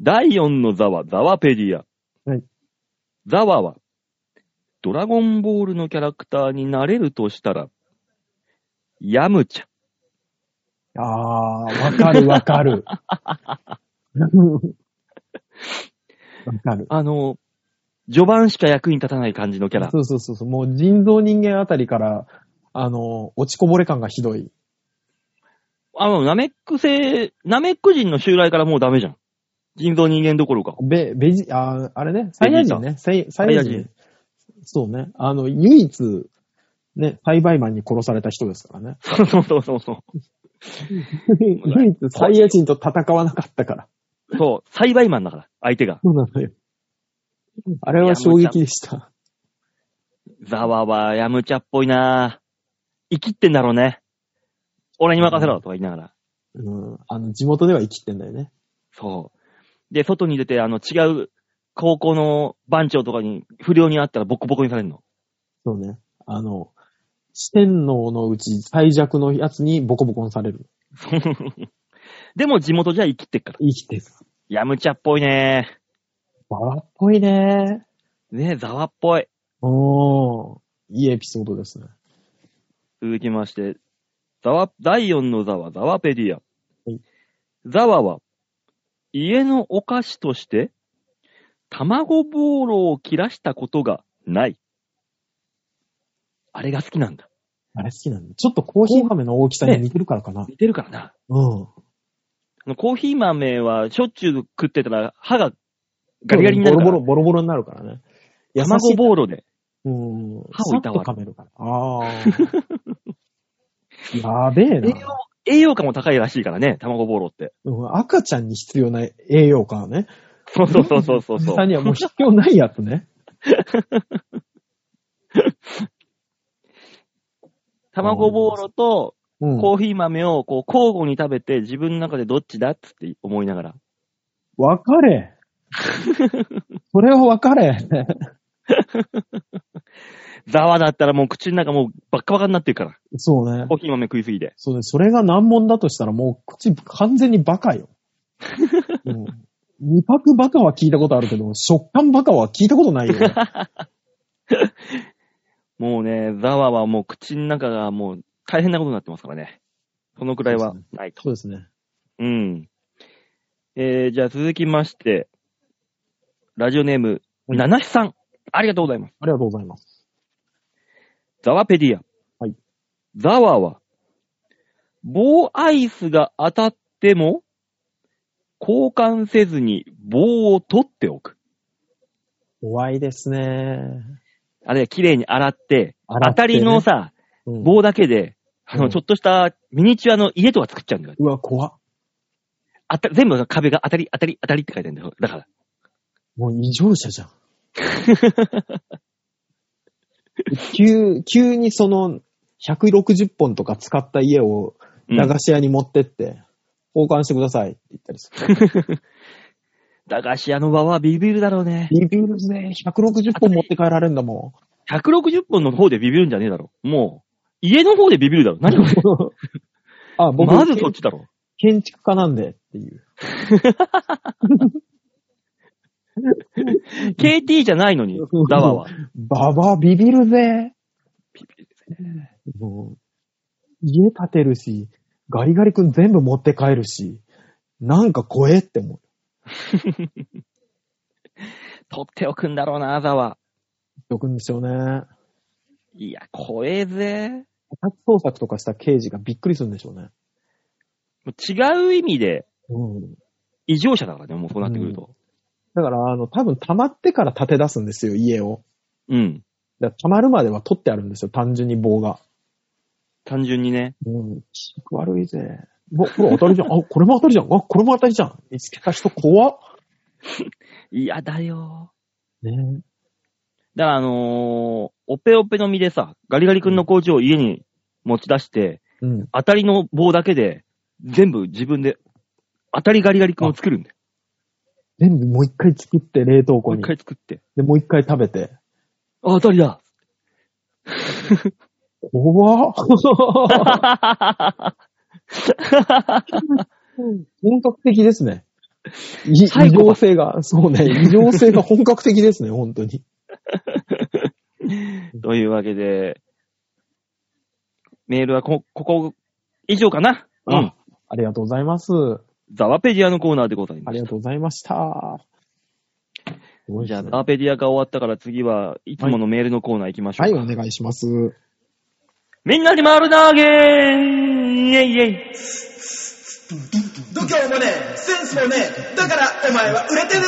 Speaker 2: 第4のザワ、ザワペディア。
Speaker 3: はい
Speaker 2: ザワは、ドラゴンボールのキャラクターになれるとしたら、ヤムチャ。
Speaker 3: あー、わかるわかる。わかる。
Speaker 2: あの、序盤しか役に立たない感じのキャラ。
Speaker 3: そうそうそうそう。もう人造人間あたりから、あの、落ちこぼれ感がひどい。
Speaker 2: あの、ナメック星、ナメック人の襲来からもうダメじゃん。人造人間どころか。
Speaker 3: ベ、ベジ、あーあれね、サイヤ人ね。サイサイヤ
Speaker 2: サイヤ
Speaker 3: 人。そうね。あの、唯一、ね、栽培マンに殺された人ですから ね。
Speaker 2: そうそうそうそうそ
Speaker 3: 唯一サイヤ人と戦わなかったから。
Speaker 2: う。そう、栽培マンだから、相手が。
Speaker 3: そうなのよ。あれは衝撃でした。
Speaker 2: ザワはヤムチャっぽいなぁ。生きってんだろうね。俺に任せろとか言いながら。
Speaker 3: うん。あの、地元では生きてんだよね。
Speaker 2: そう。で、外に出て、あの、違う高校の番長とかに不良に会ったらボコボコにされるの。
Speaker 3: そうね。あの、四天王のうち最弱のやつにボコボコにされる。
Speaker 2: でも地元じゃ生きってっから。
Speaker 3: 生きてる。
Speaker 2: ヤムチャっぽいね
Speaker 3: バラっぽいね。
Speaker 2: ーねえ、ザワっぽい。
Speaker 3: おー。いいエピソードですね。
Speaker 2: 続きまして、ザワ、第4のザワ、ザワペディア
Speaker 3: い。
Speaker 2: ザワは、家のお菓子として、卵ボーロを切らしたことがない。あれが好きなんだ。
Speaker 3: あれ好きなんだ。ちょっとコーヒー豆の大きさに似てるからかな。
Speaker 2: 似てるからな。
Speaker 3: うん。
Speaker 2: あのコーヒー豆はしょっちゅう食ってたら歯がガリガリになるから。
Speaker 3: ボロボロ、ボロボロになるからね。優し
Speaker 2: 卵
Speaker 3: い。
Speaker 2: ボーロで。
Speaker 3: うん。
Speaker 2: 歯をいたわる
Speaker 3: さっと噛めるから。あー。 やべえ
Speaker 2: 栄養
Speaker 3: な。、
Speaker 2: 栄養価も高いらしいからね、卵ボーロって。
Speaker 3: うん赤ちゃんに必要な栄養価はね。
Speaker 2: そうそうそうそうそう
Speaker 3: おじ
Speaker 2: そう
Speaker 3: さんにはもう必要ないやつ ね。
Speaker 2: 卵ボーロと
Speaker 3: うん。
Speaker 2: コーヒー豆をこう交互に食べて自分の中でどっちだっつって思いながら。
Speaker 3: 分か れ。それを分かれ。
Speaker 2: ザワだったらもう口の中もうバッカバカになってるから。
Speaker 3: そうね
Speaker 2: コ。ーヒー豆食いすぎて。
Speaker 3: そうね。それが難問だとしたらもう口完全にバカ よ。うん味覚バカは聞いたことあるけど、食感バカは聞いたことない よ。
Speaker 2: もうね、ザワはもう口の中がもう大変なことになってますからね。そのくらいはないと。
Speaker 3: そうですね。
Speaker 2: うん。えー、じゃあ続きまして、ラジオネーム、
Speaker 3: はい
Speaker 2: ナナシさん。ありがとうございます。
Speaker 3: ありがとうございます。
Speaker 2: ザワペディア。
Speaker 3: はい。
Speaker 2: ザワは、棒アイスが当たっても、交換せずに棒を取っておく。
Speaker 3: 怖いですね。
Speaker 2: あれ、綺麗に洗って、
Speaker 3: 洗
Speaker 2: 当
Speaker 3: って
Speaker 2: た
Speaker 3: ね
Speaker 2: りのさ、
Speaker 3: うん
Speaker 2: 棒だけで、あ
Speaker 3: う
Speaker 2: の、
Speaker 3: ん
Speaker 2: ちょっとしたミニチュアの家とか作っちゃうんだよ。
Speaker 3: うわ、怖っ
Speaker 2: あた全部壁が当たり、当たり、当たりって書いてあるんだよ。だから。
Speaker 3: もう異常者じ ゃん。急、急にその、160本とか使った家を
Speaker 2: うん
Speaker 3: 駄菓子屋に持ってって、交換してくださいって言ったりす る。
Speaker 2: 駄菓子屋の場はビビるだろうね。
Speaker 3: ビビるぜ。160本持って帰られるんだも
Speaker 2: 160本の方でビビるんじゃねえだろ。もう、家の方でビビるだろ。何これ。
Speaker 3: ん。 あ、僕、
Speaker 2: まずそっちだろ。
Speaker 3: 建築家なんでっていう。
Speaker 2: KT じゃないのに
Speaker 3: うん、
Speaker 2: ダワは。
Speaker 3: ババアビビるぜ。もう家建てるし、ガリガリ君全部持って帰るし、なんか怖えって思う。
Speaker 2: 取っておくんだろうな、ザワ。
Speaker 3: よくんですよね。
Speaker 2: いや、怖えぜ。
Speaker 3: 家宅捜索とかした刑事がびっくりするんでしょうね。
Speaker 2: 違う意味で
Speaker 3: うん。
Speaker 2: 異常者だからね、もうそうなってくると。
Speaker 3: だから、あの、多分溜まってから建て出すんですよ、家を。
Speaker 2: うん。
Speaker 3: だから溜まるまでは取ってあるんですよ、単純に棒が。
Speaker 2: 単純にね。
Speaker 3: うん、気色悪いぜ。わ、これ当たりじゃん。あ、これも当たりじゃん。あ、これも当たりじゃん。見つけた人怖っ。
Speaker 2: 嫌だよ。
Speaker 3: ね
Speaker 2: だからあのーオペオペの身でさ、ガリガリ君の工場を家に持ち出して、
Speaker 3: うん。
Speaker 2: 当たりの棒だけで、全部自分で、当たりガリガリ君を作るんだよ。
Speaker 3: 全部もう一回作って、冷凍
Speaker 2: も
Speaker 3: 庫
Speaker 2: う一
Speaker 3: に。
Speaker 2: 回作って。
Speaker 3: で、もう一回食べて。
Speaker 2: あ、当たりだ
Speaker 3: 怖 っ。本格的ですね。い異
Speaker 2: サイコ
Speaker 3: 常
Speaker 2: パス
Speaker 3: 性が、そ うね、異常性が本格的ですね、本当に。
Speaker 2: というわけで、メールはこ、ここ、以上かなう
Speaker 3: あ
Speaker 2: ん。
Speaker 3: ありがとうございます。
Speaker 2: ザワペディアのコーナーでござい
Speaker 3: あ
Speaker 2: ま
Speaker 3: り
Speaker 2: す
Speaker 3: が。とうございました。すごい
Speaker 2: じ
Speaker 3: で
Speaker 2: ゃあ、
Speaker 3: すね
Speaker 2: ザワペディアが終わったから次はいつものメールのコーナー行きましょう
Speaker 3: は
Speaker 2: か。
Speaker 3: い、お願いします。
Speaker 2: みんなに丸投げイェイイェイ
Speaker 1: 度胸もねえセンスもねえだからお前は売れてね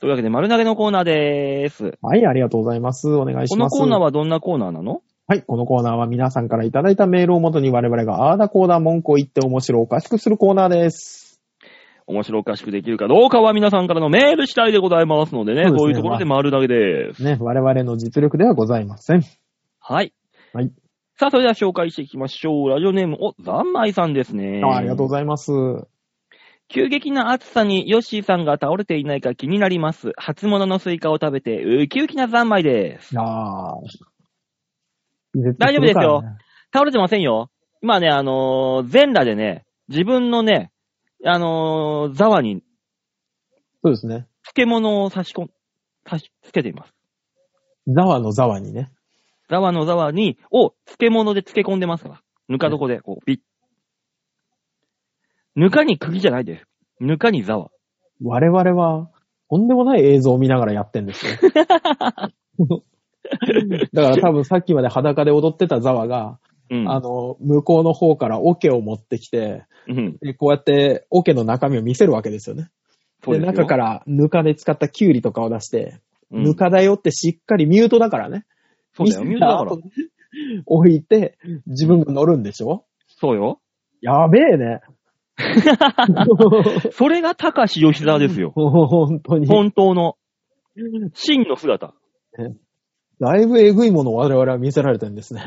Speaker 2: というわけで、丸投げのコーナーでーす。
Speaker 3: はい、ありがとうございます。お願いし
Speaker 2: こ
Speaker 3: ま
Speaker 2: の
Speaker 3: す。
Speaker 2: コーナーはどんなコーナーなの
Speaker 3: はい、このコーナーは皆さんからいただいたメールをもとに我々があーだこーだ文句を言って面白おかしくするコーナーです。
Speaker 2: 面白おかしくできるかどうかは皆さんからのメール次第でございますのでね、
Speaker 3: そうですね
Speaker 2: そういうところで丸投げです。
Speaker 3: ね、我々の実力ではございません。
Speaker 2: はい。
Speaker 3: はい。
Speaker 2: さあ、それでは紹介していきましょう。ラジオネーム、お、ざんまいさんですね。
Speaker 3: あありがとうご
Speaker 2: います。
Speaker 3: ざいます。
Speaker 2: 急激な暑さにヨッシーさんが倒れていないか気になります。初物のスイカを食べて、ウキウキなざんまいです。
Speaker 3: ああ。
Speaker 2: 大丈夫ですよ
Speaker 3: 絶対来るからね。
Speaker 2: 倒れてませんよ。今ね、あのー全裸でね、自分のね、あのー、ざわに
Speaker 3: そうですね。
Speaker 2: 漬物を差し込ん、差し、つけています。
Speaker 3: ざわのざわにね。
Speaker 2: ざわのざわに、を漬物で漬け込んでますから。ぬか床で、こう、ビッ。ぬかに釘じゃないです。ぬかにざわ。
Speaker 3: 我々は、とんでもない映像を見ながらやって んですよ。だから多分さっきまで裸で踊ってたざわが、
Speaker 2: うん。
Speaker 3: あの、向こうの方からオケを持ってきて、
Speaker 2: うん。
Speaker 3: でこうやってオケの中身を見せるわけですよね。
Speaker 2: そう
Speaker 3: で、
Speaker 2: ですよ
Speaker 3: 中からぬかで使ったキュウリとかを出して、
Speaker 2: うん
Speaker 3: ぬかだよってしっかりミュートだからね。
Speaker 2: そうだよ。ミュートだから
Speaker 3: 見。せた後置いて、自分が乗るんでしょ
Speaker 2: そうよ。
Speaker 3: やべ えね。
Speaker 2: それが高橋吉沢ですよ。
Speaker 3: 本当に。
Speaker 2: 本当の。真の姿。
Speaker 3: だいぶえぐいものを我々は見せられてるんです ね。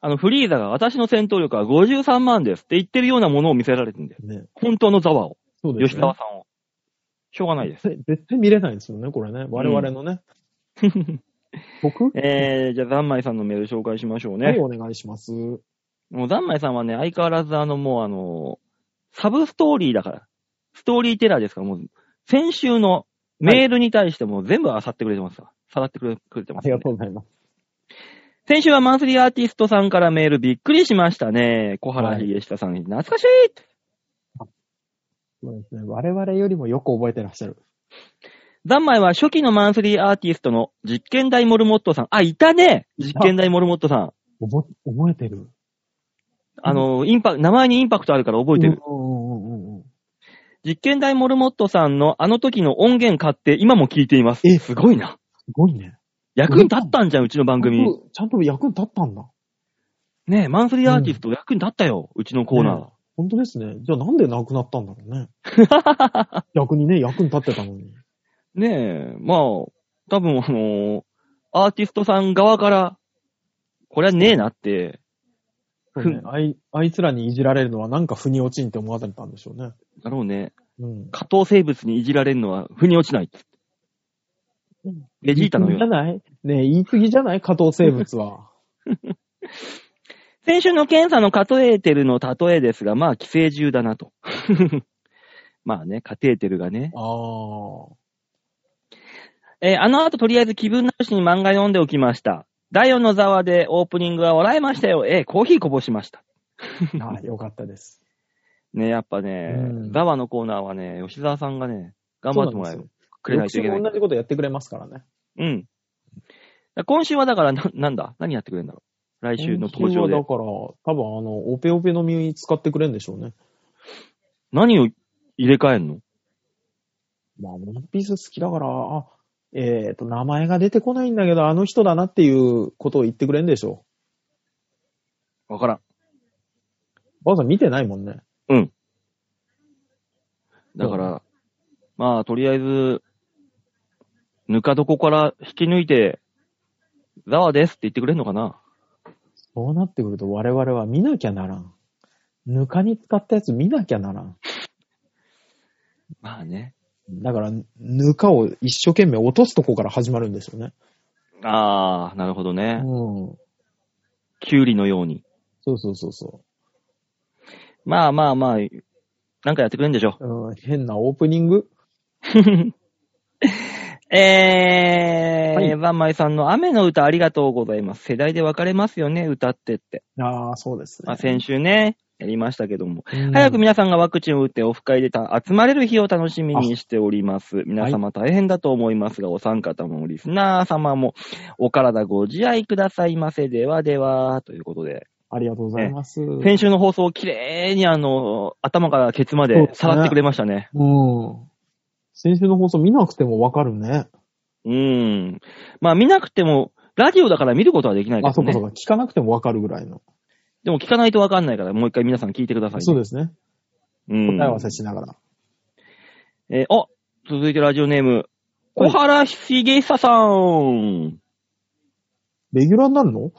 Speaker 2: あの、フリーザが私の戦闘力は53万ですって言ってるようなものを見せられてるんだよ。
Speaker 3: ね
Speaker 2: 本当のざわを。
Speaker 3: そうです
Speaker 2: 吉
Speaker 3: ね
Speaker 2: 沢。さんを。しょうがないです。
Speaker 3: 絶対絶対見れないんですよね、これね。我々 のね。僕
Speaker 2: えー、じゃあ、ざんまいさんのメール紹介しましょうね。
Speaker 3: はい、お願いします。
Speaker 2: もう、ざんまいさんはね、相変わらずあの、もうあの、サブストーリーだから、ストーリーテラーですから、もう、先週のメールに対してもう全部漁ってくれてますわ。さらってくれくれて
Speaker 3: あ
Speaker 2: ます、
Speaker 3: りがとうございます。
Speaker 2: 先週はマンスリーアーティストさんからメールびっくりしましたね。小
Speaker 3: は
Speaker 2: 原
Speaker 3: い
Speaker 2: 秀下さん、懐かしい
Speaker 3: そうですね。我々よりもよく覚えてらっしゃる。
Speaker 2: ざんまいは初期のマンスリーアーティストの実験台モルモットさん。あ、いたね
Speaker 3: い
Speaker 2: 実
Speaker 3: た
Speaker 2: 験台モルモットさん。
Speaker 3: 覚え覚えてる。
Speaker 2: あの、インパ名前にインパクトあるから覚えてる。
Speaker 3: うんうんうんうんうん。
Speaker 2: 実験台モルモットさんのあの時の音源買って今も聞いています。
Speaker 3: え
Speaker 2: すごいな。
Speaker 3: すごいね。
Speaker 2: 役に立ったんじゃん、うちの番組。
Speaker 3: ちゃんとちゃんと役に立ったんだ。
Speaker 2: ねえ、マンスリーアーティスト役に立ったよ、うちのコーナー。
Speaker 3: 本当ですね。じゃあなんでなくなったんだろ うね。逆にね、役に立ってたのに。
Speaker 2: ねえ、まあ、多分あのーアーティストさん側から、これはねえなって、
Speaker 3: そうねあい、あいつらにいじられるのはなんか腑に落ちんって思わせたんでしょうね。
Speaker 2: だろうね、
Speaker 3: うん。
Speaker 2: 下等生物にいじられるのは腑に落ちないっつって
Speaker 3: うん。
Speaker 2: ベジータのよう
Speaker 3: 言い過ぎじ
Speaker 2: に。
Speaker 3: ゃないねえ言い過ぎじゃない加藤生物は。
Speaker 2: 先週の検査のカトエーテルの例えですが、まあ、寄生獣だな と。まあね、カテーテルがね。
Speaker 3: ああ。
Speaker 2: えーあの後とりあえず気分直しに漫画読んでおきました。第4のザワでオープニングは笑いましたよ。えーコーヒーこぼしました。
Speaker 3: ああ、よかったです。
Speaker 2: ね、やっぱね
Speaker 3: う、ん
Speaker 2: ザワのコーナーはね、吉沢さんがね、頑張ってもらえ
Speaker 3: そう
Speaker 2: る
Speaker 3: なんで。
Speaker 2: くれないといけない
Speaker 3: 翌週も。同じことやってくれますからね。
Speaker 2: うん。だ今週はだから、な、なんだ何やってくれるんだろ来週の
Speaker 3: 今
Speaker 2: 登
Speaker 3: 週は
Speaker 2: 場
Speaker 3: だ
Speaker 2: で。
Speaker 3: から、多分あの、オペオペの身に使ってくれるんでしょうね。
Speaker 2: 何を入れ替えんの
Speaker 3: まあ、ワンピース好きだから、あ、えっ、と、名前が出てこないんだけど、あの人だなっていうことを言ってくれるんでしょ
Speaker 2: わからん。
Speaker 3: う。ばあさん見てないもんね。
Speaker 2: だから、まあ、とりあえず、ぬか床から引き抜いて、ザワですって言ってくれんのかな
Speaker 3: そうなってくると我々は見なきゃならん。ぬかに使ったやつ見なきゃならん。
Speaker 2: まあね。
Speaker 3: だから、ぬかを一生懸命落とすとこから始まるんですよね。
Speaker 2: ああ、なるほど
Speaker 3: うん
Speaker 2: ね。。キュウリのように。
Speaker 3: そうそうそうそ
Speaker 2: まあまあまあ、なんかやってくれんでしょ。
Speaker 3: う。うん、変なオープニング
Speaker 2: えー、
Speaker 3: はい
Speaker 2: ワンマイさんの雨の歌ありがとうございます。世代で分かれますよね、歌ってって。
Speaker 3: ああ、そうですね。
Speaker 2: まあ、先週ね、やりましたけども。
Speaker 3: うん
Speaker 2: 早く皆さんがワクチンを打ってオフ会でた集まれる日を楽しみにしております。皆様大変だと思いますが、お三方もリスナー様もお体ご自愛くださいませ。ではでは、ということで。
Speaker 3: ありがとうございます。
Speaker 2: 先週の放送をきれいにあの、頭からケツま
Speaker 3: そうで
Speaker 2: ですさ
Speaker 3: ね
Speaker 2: らってくれましたね。
Speaker 3: うん。先週の放送見なくてもわかるね。
Speaker 2: うーん。まあ見なくても、ラジオだから見ることはできないで
Speaker 3: あ、
Speaker 2: す
Speaker 3: そう
Speaker 2: ね
Speaker 3: かそ。うか。聞かなくてもわかるぐらいの。
Speaker 2: でも聞かないとわかんないから、もう一回皆さん聞いてください、ね。
Speaker 3: そうですね。
Speaker 2: うん
Speaker 3: 答え合わせしながら。
Speaker 2: えーお、続いてラジオネーム、小原茂久さん。
Speaker 3: レギュラーになる の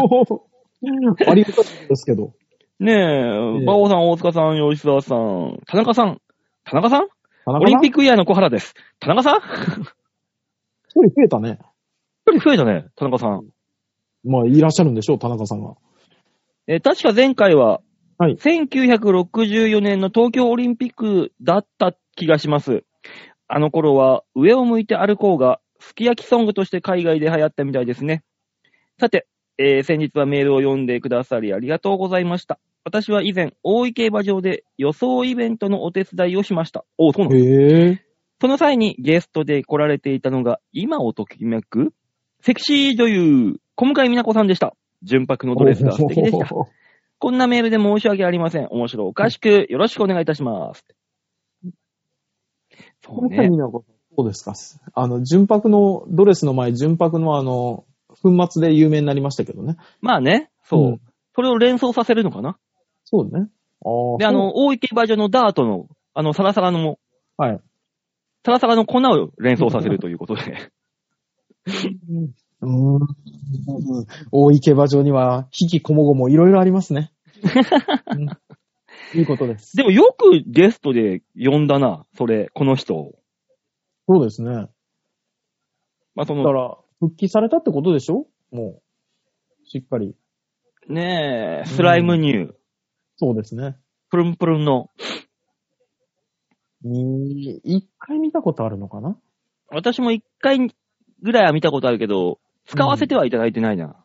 Speaker 3: ありがたいことですけど。
Speaker 2: ねえ、
Speaker 3: え
Speaker 2: 馬王さん、大塚さん、吉沢さん、田中さん、田中さんオ
Speaker 3: 田中
Speaker 2: リン
Speaker 3: さん
Speaker 2: ピ
Speaker 3: 一
Speaker 2: ックイヤーの小原です。田中さ ん
Speaker 3: 人増えたね。
Speaker 2: 一人増えたね、田中さん。
Speaker 3: まあ、いらっしゃるんでしょう、田中さんが。
Speaker 2: えー確か前回は、
Speaker 3: はい
Speaker 2: 1964年の東京オリンピックだった気がします。あの頃は、上を向いて歩こうが、すき焼きソングとして海外で流行ったみたいですね。さて、えー先日はメールを読んでくださりありがとうございました。私は以前、大井競馬場で予想イベントのお手伝いをしました。おうそうなの
Speaker 3: へえ。
Speaker 2: その際にゲストで来られていたのが、今をときめく、セクシー女優、小向井美奈子さんでした。純白のドレスが素敵でした。こんなメールで申し訳ありません。面白おかしく、よろしくお願いいたします。そう
Speaker 3: 今回
Speaker 2: ね。
Speaker 3: 見たことそうですか。あの、純白の、ドレスの前、純白のあの、粉末で有名になりましたけどね。
Speaker 2: まあね、そう。
Speaker 3: ん
Speaker 2: それを連想させるのかな。
Speaker 3: そうね。ああ。
Speaker 2: で、あの、大池バージョンのダートの、あの、サラサラの、
Speaker 3: はい。
Speaker 2: サラサラの粉を連想させるということ で。
Speaker 3: うーん、大池馬場には、引きこもごもいろいろありま すね。うんいいことです。
Speaker 2: でもよくゲストで呼んだな、それ、この人を。
Speaker 3: そうですね。
Speaker 2: まあ、そ
Speaker 3: だか
Speaker 2: の、
Speaker 3: ら、復帰されたってことでしょもう、しっかり。
Speaker 2: ねえ、スライムニュー。
Speaker 3: そうですね。
Speaker 2: プルンプルンの。
Speaker 3: に、一回見たことあるのかな
Speaker 2: 私も一回ぐらいは見たことあるけど、使わせてはいただいてないな。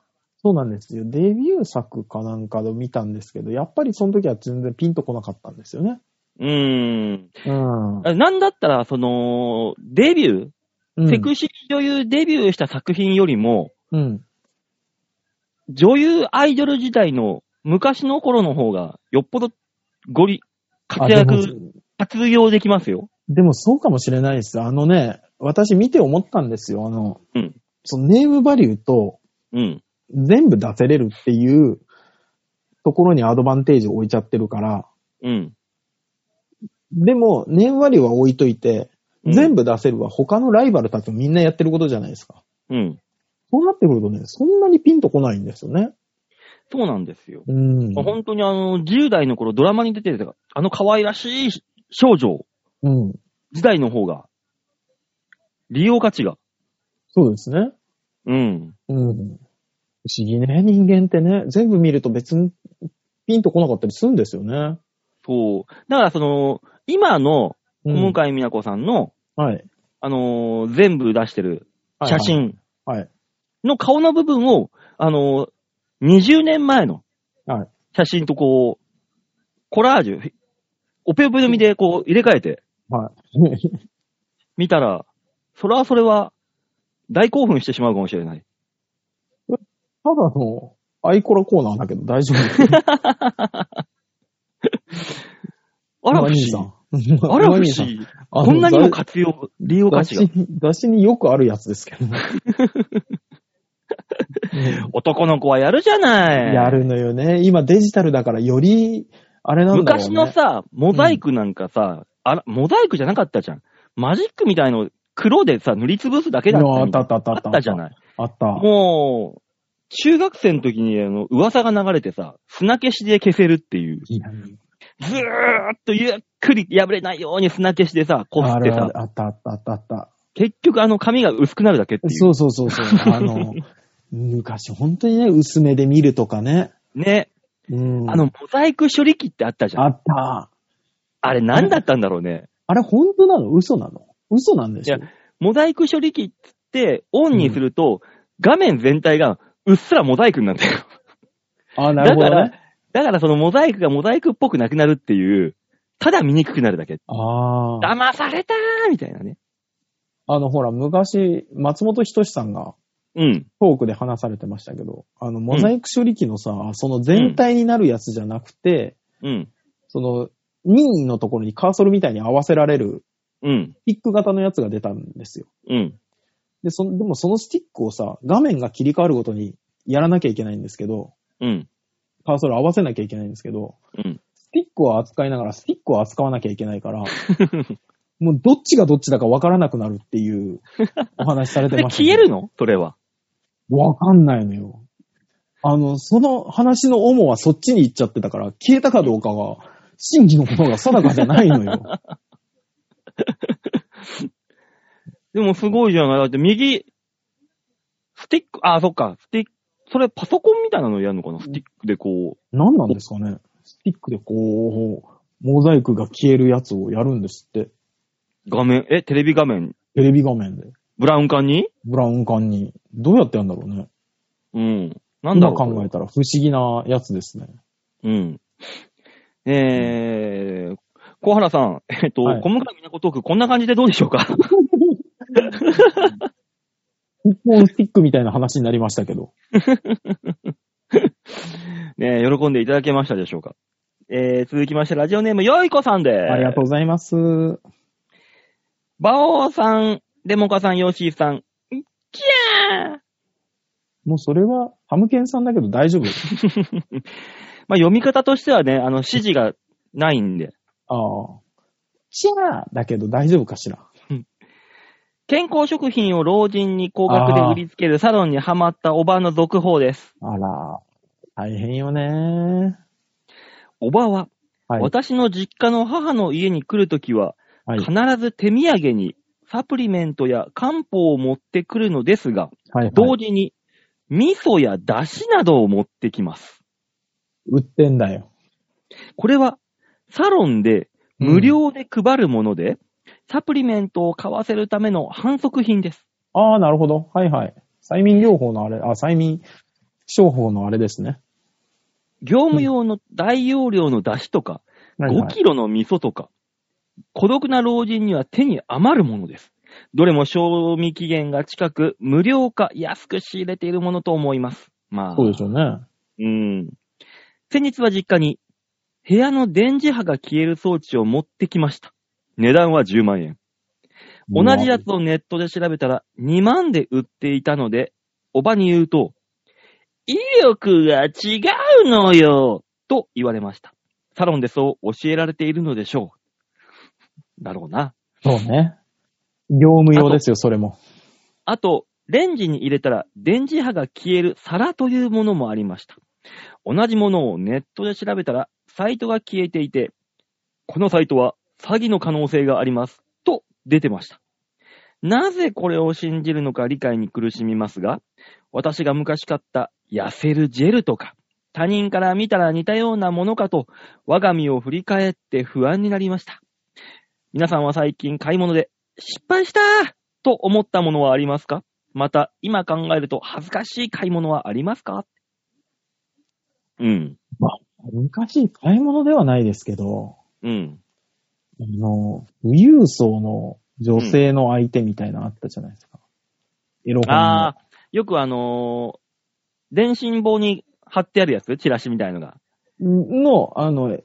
Speaker 3: そうなんですよ。デビュー作かなんかで見たんですけど、やっぱりその時は全然ピンとこなかったんですよね。
Speaker 2: うーん。
Speaker 3: うん。
Speaker 2: あなんだったら、その、デビュー、セクシー女優デビューした作品よりも、
Speaker 3: うん。
Speaker 2: 女優アイドル時代の昔の頃の方が、よっぽどゴリ、
Speaker 3: あ
Speaker 2: 活
Speaker 3: でも
Speaker 2: 躍、活用できますよ。
Speaker 3: でもそうかもしれないです。あのね、私見て思ったんですよ。あの、
Speaker 2: うん
Speaker 3: そのネームバリューと
Speaker 2: うん。
Speaker 3: 全部出せれるっていうところにアドバンテージを置いちゃってるから、
Speaker 2: うん。
Speaker 3: でも、ネームバリューは置いといて、
Speaker 2: うん
Speaker 3: 全部出せるは他のライバルたちもみんなやってることじゃないですか。
Speaker 2: うん。
Speaker 3: そうなってくるとね、そんなにピンとこないんですよね。
Speaker 2: そうなんですよ。
Speaker 3: うん。
Speaker 2: 本当にあの、10代の頃ドラマに出てた、あの可愛らしい少女
Speaker 3: うん。
Speaker 2: 時代の方が、利用価値が。
Speaker 3: そうですね。
Speaker 2: うん。
Speaker 3: うん。不思議ね、人間ってね。全部見ると別にピンとこなかったりするんですよね。
Speaker 2: そう。だからその、今の、
Speaker 3: う
Speaker 2: 小
Speaker 3: ん
Speaker 2: 向井美奈子さんの、
Speaker 3: はい。
Speaker 2: あのー全部出してる写真
Speaker 3: はいはい
Speaker 2: の顔の部分を、あのー20年前の
Speaker 3: はい
Speaker 2: 写真とこう、コラージュ、オペオペのみでこう入れ替えて
Speaker 3: はい。
Speaker 2: 見たら、それはそれは大興奮してしまうかもしれない。
Speaker 3: ただのアイコラコーナーだけど大丈
Speaker 2: あら、不
Speaker 3: 夫。マ
Speaker 2: 思
Speaker 3: ニー
Speaker 2: 議
Speaker 3: さ。ん。
Speaker 2: あら、不思
Speaker 3: マニーさん。
Speaker 2: 議。
Speaker 3: あの
Speaker 2: こんなにも活用、利用価
Speaker 3: 雑
Speaker 2: 値が
Speaker 3: 誌。に、雑誌によくあるやつです けどね。
Speaker 2: 男の子はやるじゃない。
Speaker 3: やるのよね。今デジタルだからより、あれなんだろうね。
Speaker 2: 昔のさ、モザイクなんかさ、あら、モザイクじゃなかったじゃん。マジックみたいの黒でさ、塗りつぶすだけだった
Speaker 3: あ
Speaker 2: み
Speaker 3: ったたあ
Speaker 2: い
Speaker 3: ったあ
Speaker 2: な。
Speaker 3: った。
Speaker 2: あったじゃないい。
Speaker 3: あった。
Speaker 2: もう、中学生の時にあの噂が流れてさ、砂消しで消せるっていう。
Speaker 3: いや
Speaker 2: ずーっとゆっくり破れないように砂消しでさ、こす
Speaker 3: あ
Speaker 2: って
Speaker 3: るあ
Speaker 2: さ
Speaker 3: る、あったあったあったあった。
Speaker 2: 結局あの紙が薄くなるだけってい。
Speaker 3: そううそうそうそう。あの、昔本当にね、薄めで見るとかね。
Speaker 2: ね。
Speaker 3: うん。
Speaker 2: あの、、モザイク処理機ってあったじゃん。
Speaker 3: あ
Speaker 2: あ
Speaker 3: った。
Speaker 2: れ何だったんだろうね。
Speaker 3: あれ本当なの嘘なの嘘なんでしょ
Speaker 2: いモザイク処理機っつって、オンにすると、画面全体がうっすらモザイクになってる。
Speaker 3: あ、な
Speaker 2: だ
Speaker 3: るほ
Speaker 2: か
Speaker 3: ど
Speaker 2: ら
Speaker 3: ね。、
Speaker 2: だからそのモザイクがモザイクっぽくなくなるっていう、ただ見にくくなるだけ。
Speaker 3: ああ。
Speaker 2: 騙されたーみたいなね。
Speaker 3: あの、ほら、昔、松本人志さんが
Speaker 2: うん。
Speaker 3: トークで話されてましたけど、あの、モザイク処理機のさ、その全体になるやつじゃなくて、
Speaker 2: うん。
Speaker 3: その、任意のところにカーソルみたいに合わせられる、
Speaker 2: うん。
Speaker 3: スティック型のやつが出たんですよ。
Speaker 2: うん。
Speaker 3: で、その、でもそのスティックをさ、画面が切り替わるごとにやらなきゃいけないんですけど、
Speaker 2: うん。
Speaker 3: カーソル合わせなきゃいけないんですけど、
Speaker 2: うん。
Speaker 3: スティックを扱いながらスティックを扱わなきゃいけな いから、もうどっちがどっちだかわからなくなるっていうお話され
Speaker 2: そ
Speaker 3: て
Speaker 2: れ
Speaker 3: ました、
Speaker 2: 消えるのそれは。
Speaker 3: わかんないのよ。あの、その話の主はそっちに行っちゃってたから、消えたかどうかが、真偽のものが定かじゃないのよ。
Speaker 2: でもすごいじゃない。だって右、スティック、あ、そっか。スティック、それパソコンみたいなのやるのかなスティックでこ
Speaker 3: 何なんですかね。スティックでこう、モザイクが消えるやつをやるんですって。
Speaker 2: う、画面、え、テレビ画面、
Speaker 3: テレビ画面で。
Speaker 2: ブラウン管に
Speaker 3: ブラウン管に。どうやってやるんだろうね。
Speaker 2: うん。なんだろう。
Speaker 3: 今考えたら不思議なやつですね。
Speaker 2: うん。えー、小原さん、えっ、と、
Speaker 3: はい
Speaker 2: 小向みなこトーク、こんな感じでどうでしょうか
Speaker 3: 一本スティックみたいな話になりましたけど。
Speaker 2: ねえ喜んでいただけましたでしょうかえー、続きまして、ラジオネーム、よいこさんです。
Speaker 3: ありがとうございます。
Speaker 2: バオさん、デモカさん、ヨッシーさん、キャー
Speaker 3: もうそれは、ハムケンさんだけど大丈夫。
Speaker 2: まあ、読み方としてはね、あの、指示がないんで。
Speaker 3: ああ。チャーだけど大丈夫かしら。
Speaker 2: 健康食品を老人に高額で売りつけるサロンにハマったおばの続報です。
Speaker 3: あら、大変よね。
Speaker 2: おばは、
Speaker 3: はい。
Speaker 2: 私の実家の母の家に来るときは、
Speaker 3: はい。
Speaker 2: 必ず手土産にサプリメントや漢方を持ってくるのですが、
Speaker 3: はい。
Speaker 2: 同時に味噌や出汁などを持ってきます。
Speaker 3: 売ってんだよ。
Speaker 2: これはサロンで無料で配るもので、サプリメントを買わせるための反則品です。
Speaker 3: ああ、なるほど。はいはい。催眠療法のあれ、あ、催眠商法のあれですね。
Speaker 2: 業務用の大容量の出汁とか、
Speaker 3: はいは
Speaker 2: 5
Speaker 3: い
Speaker 2: キロの味噌とか、孤独な老人には手に余るものです。どれも賞味期限が近く、無料か安く仕入れているものと思います。まあ、
Speaker 3: そうでしょうね。
Speaker 2: うん。先日は実家に、部屋の電磁波が消える装置を持ってきました。値段は10万円。同じやつをネットで調べたら2万で売っていたので、おばに言うと、威力が違うのよと言われました。サロンでそう教えられているのでしょう。だろうな。
Speaker 3: そうね。業務用ですよ、それも。
Speaker 2: あと、レンジに入れたら電磁波が消える皿というものもありました。同じものをネットで調べたら、サイトが消えていて、このサイトは詐欺の可能性があります。と出てました。なぜこれを信じるのか理解に苦しみますが、私が昔買った痩せるジェルとか、他人から見たら似たようなものかと、我が身を振り返って不安になりました。皆さんは最近買い物で、失敗したと思ったものはありますかまた、今考えると恥ずかしい買い物はありますかうん。
Speaker 3: 昔、買い物ではないですけど、
Speaker 2: うん。
Speaker 3: あの、富裕層の女性の相手みたいなのあったじゃないですか。エロ本の
Speaker 2: ああ、よくあの電信棒に貼ってあるやつチラシみたいのが。
Speaker 3: の、あの、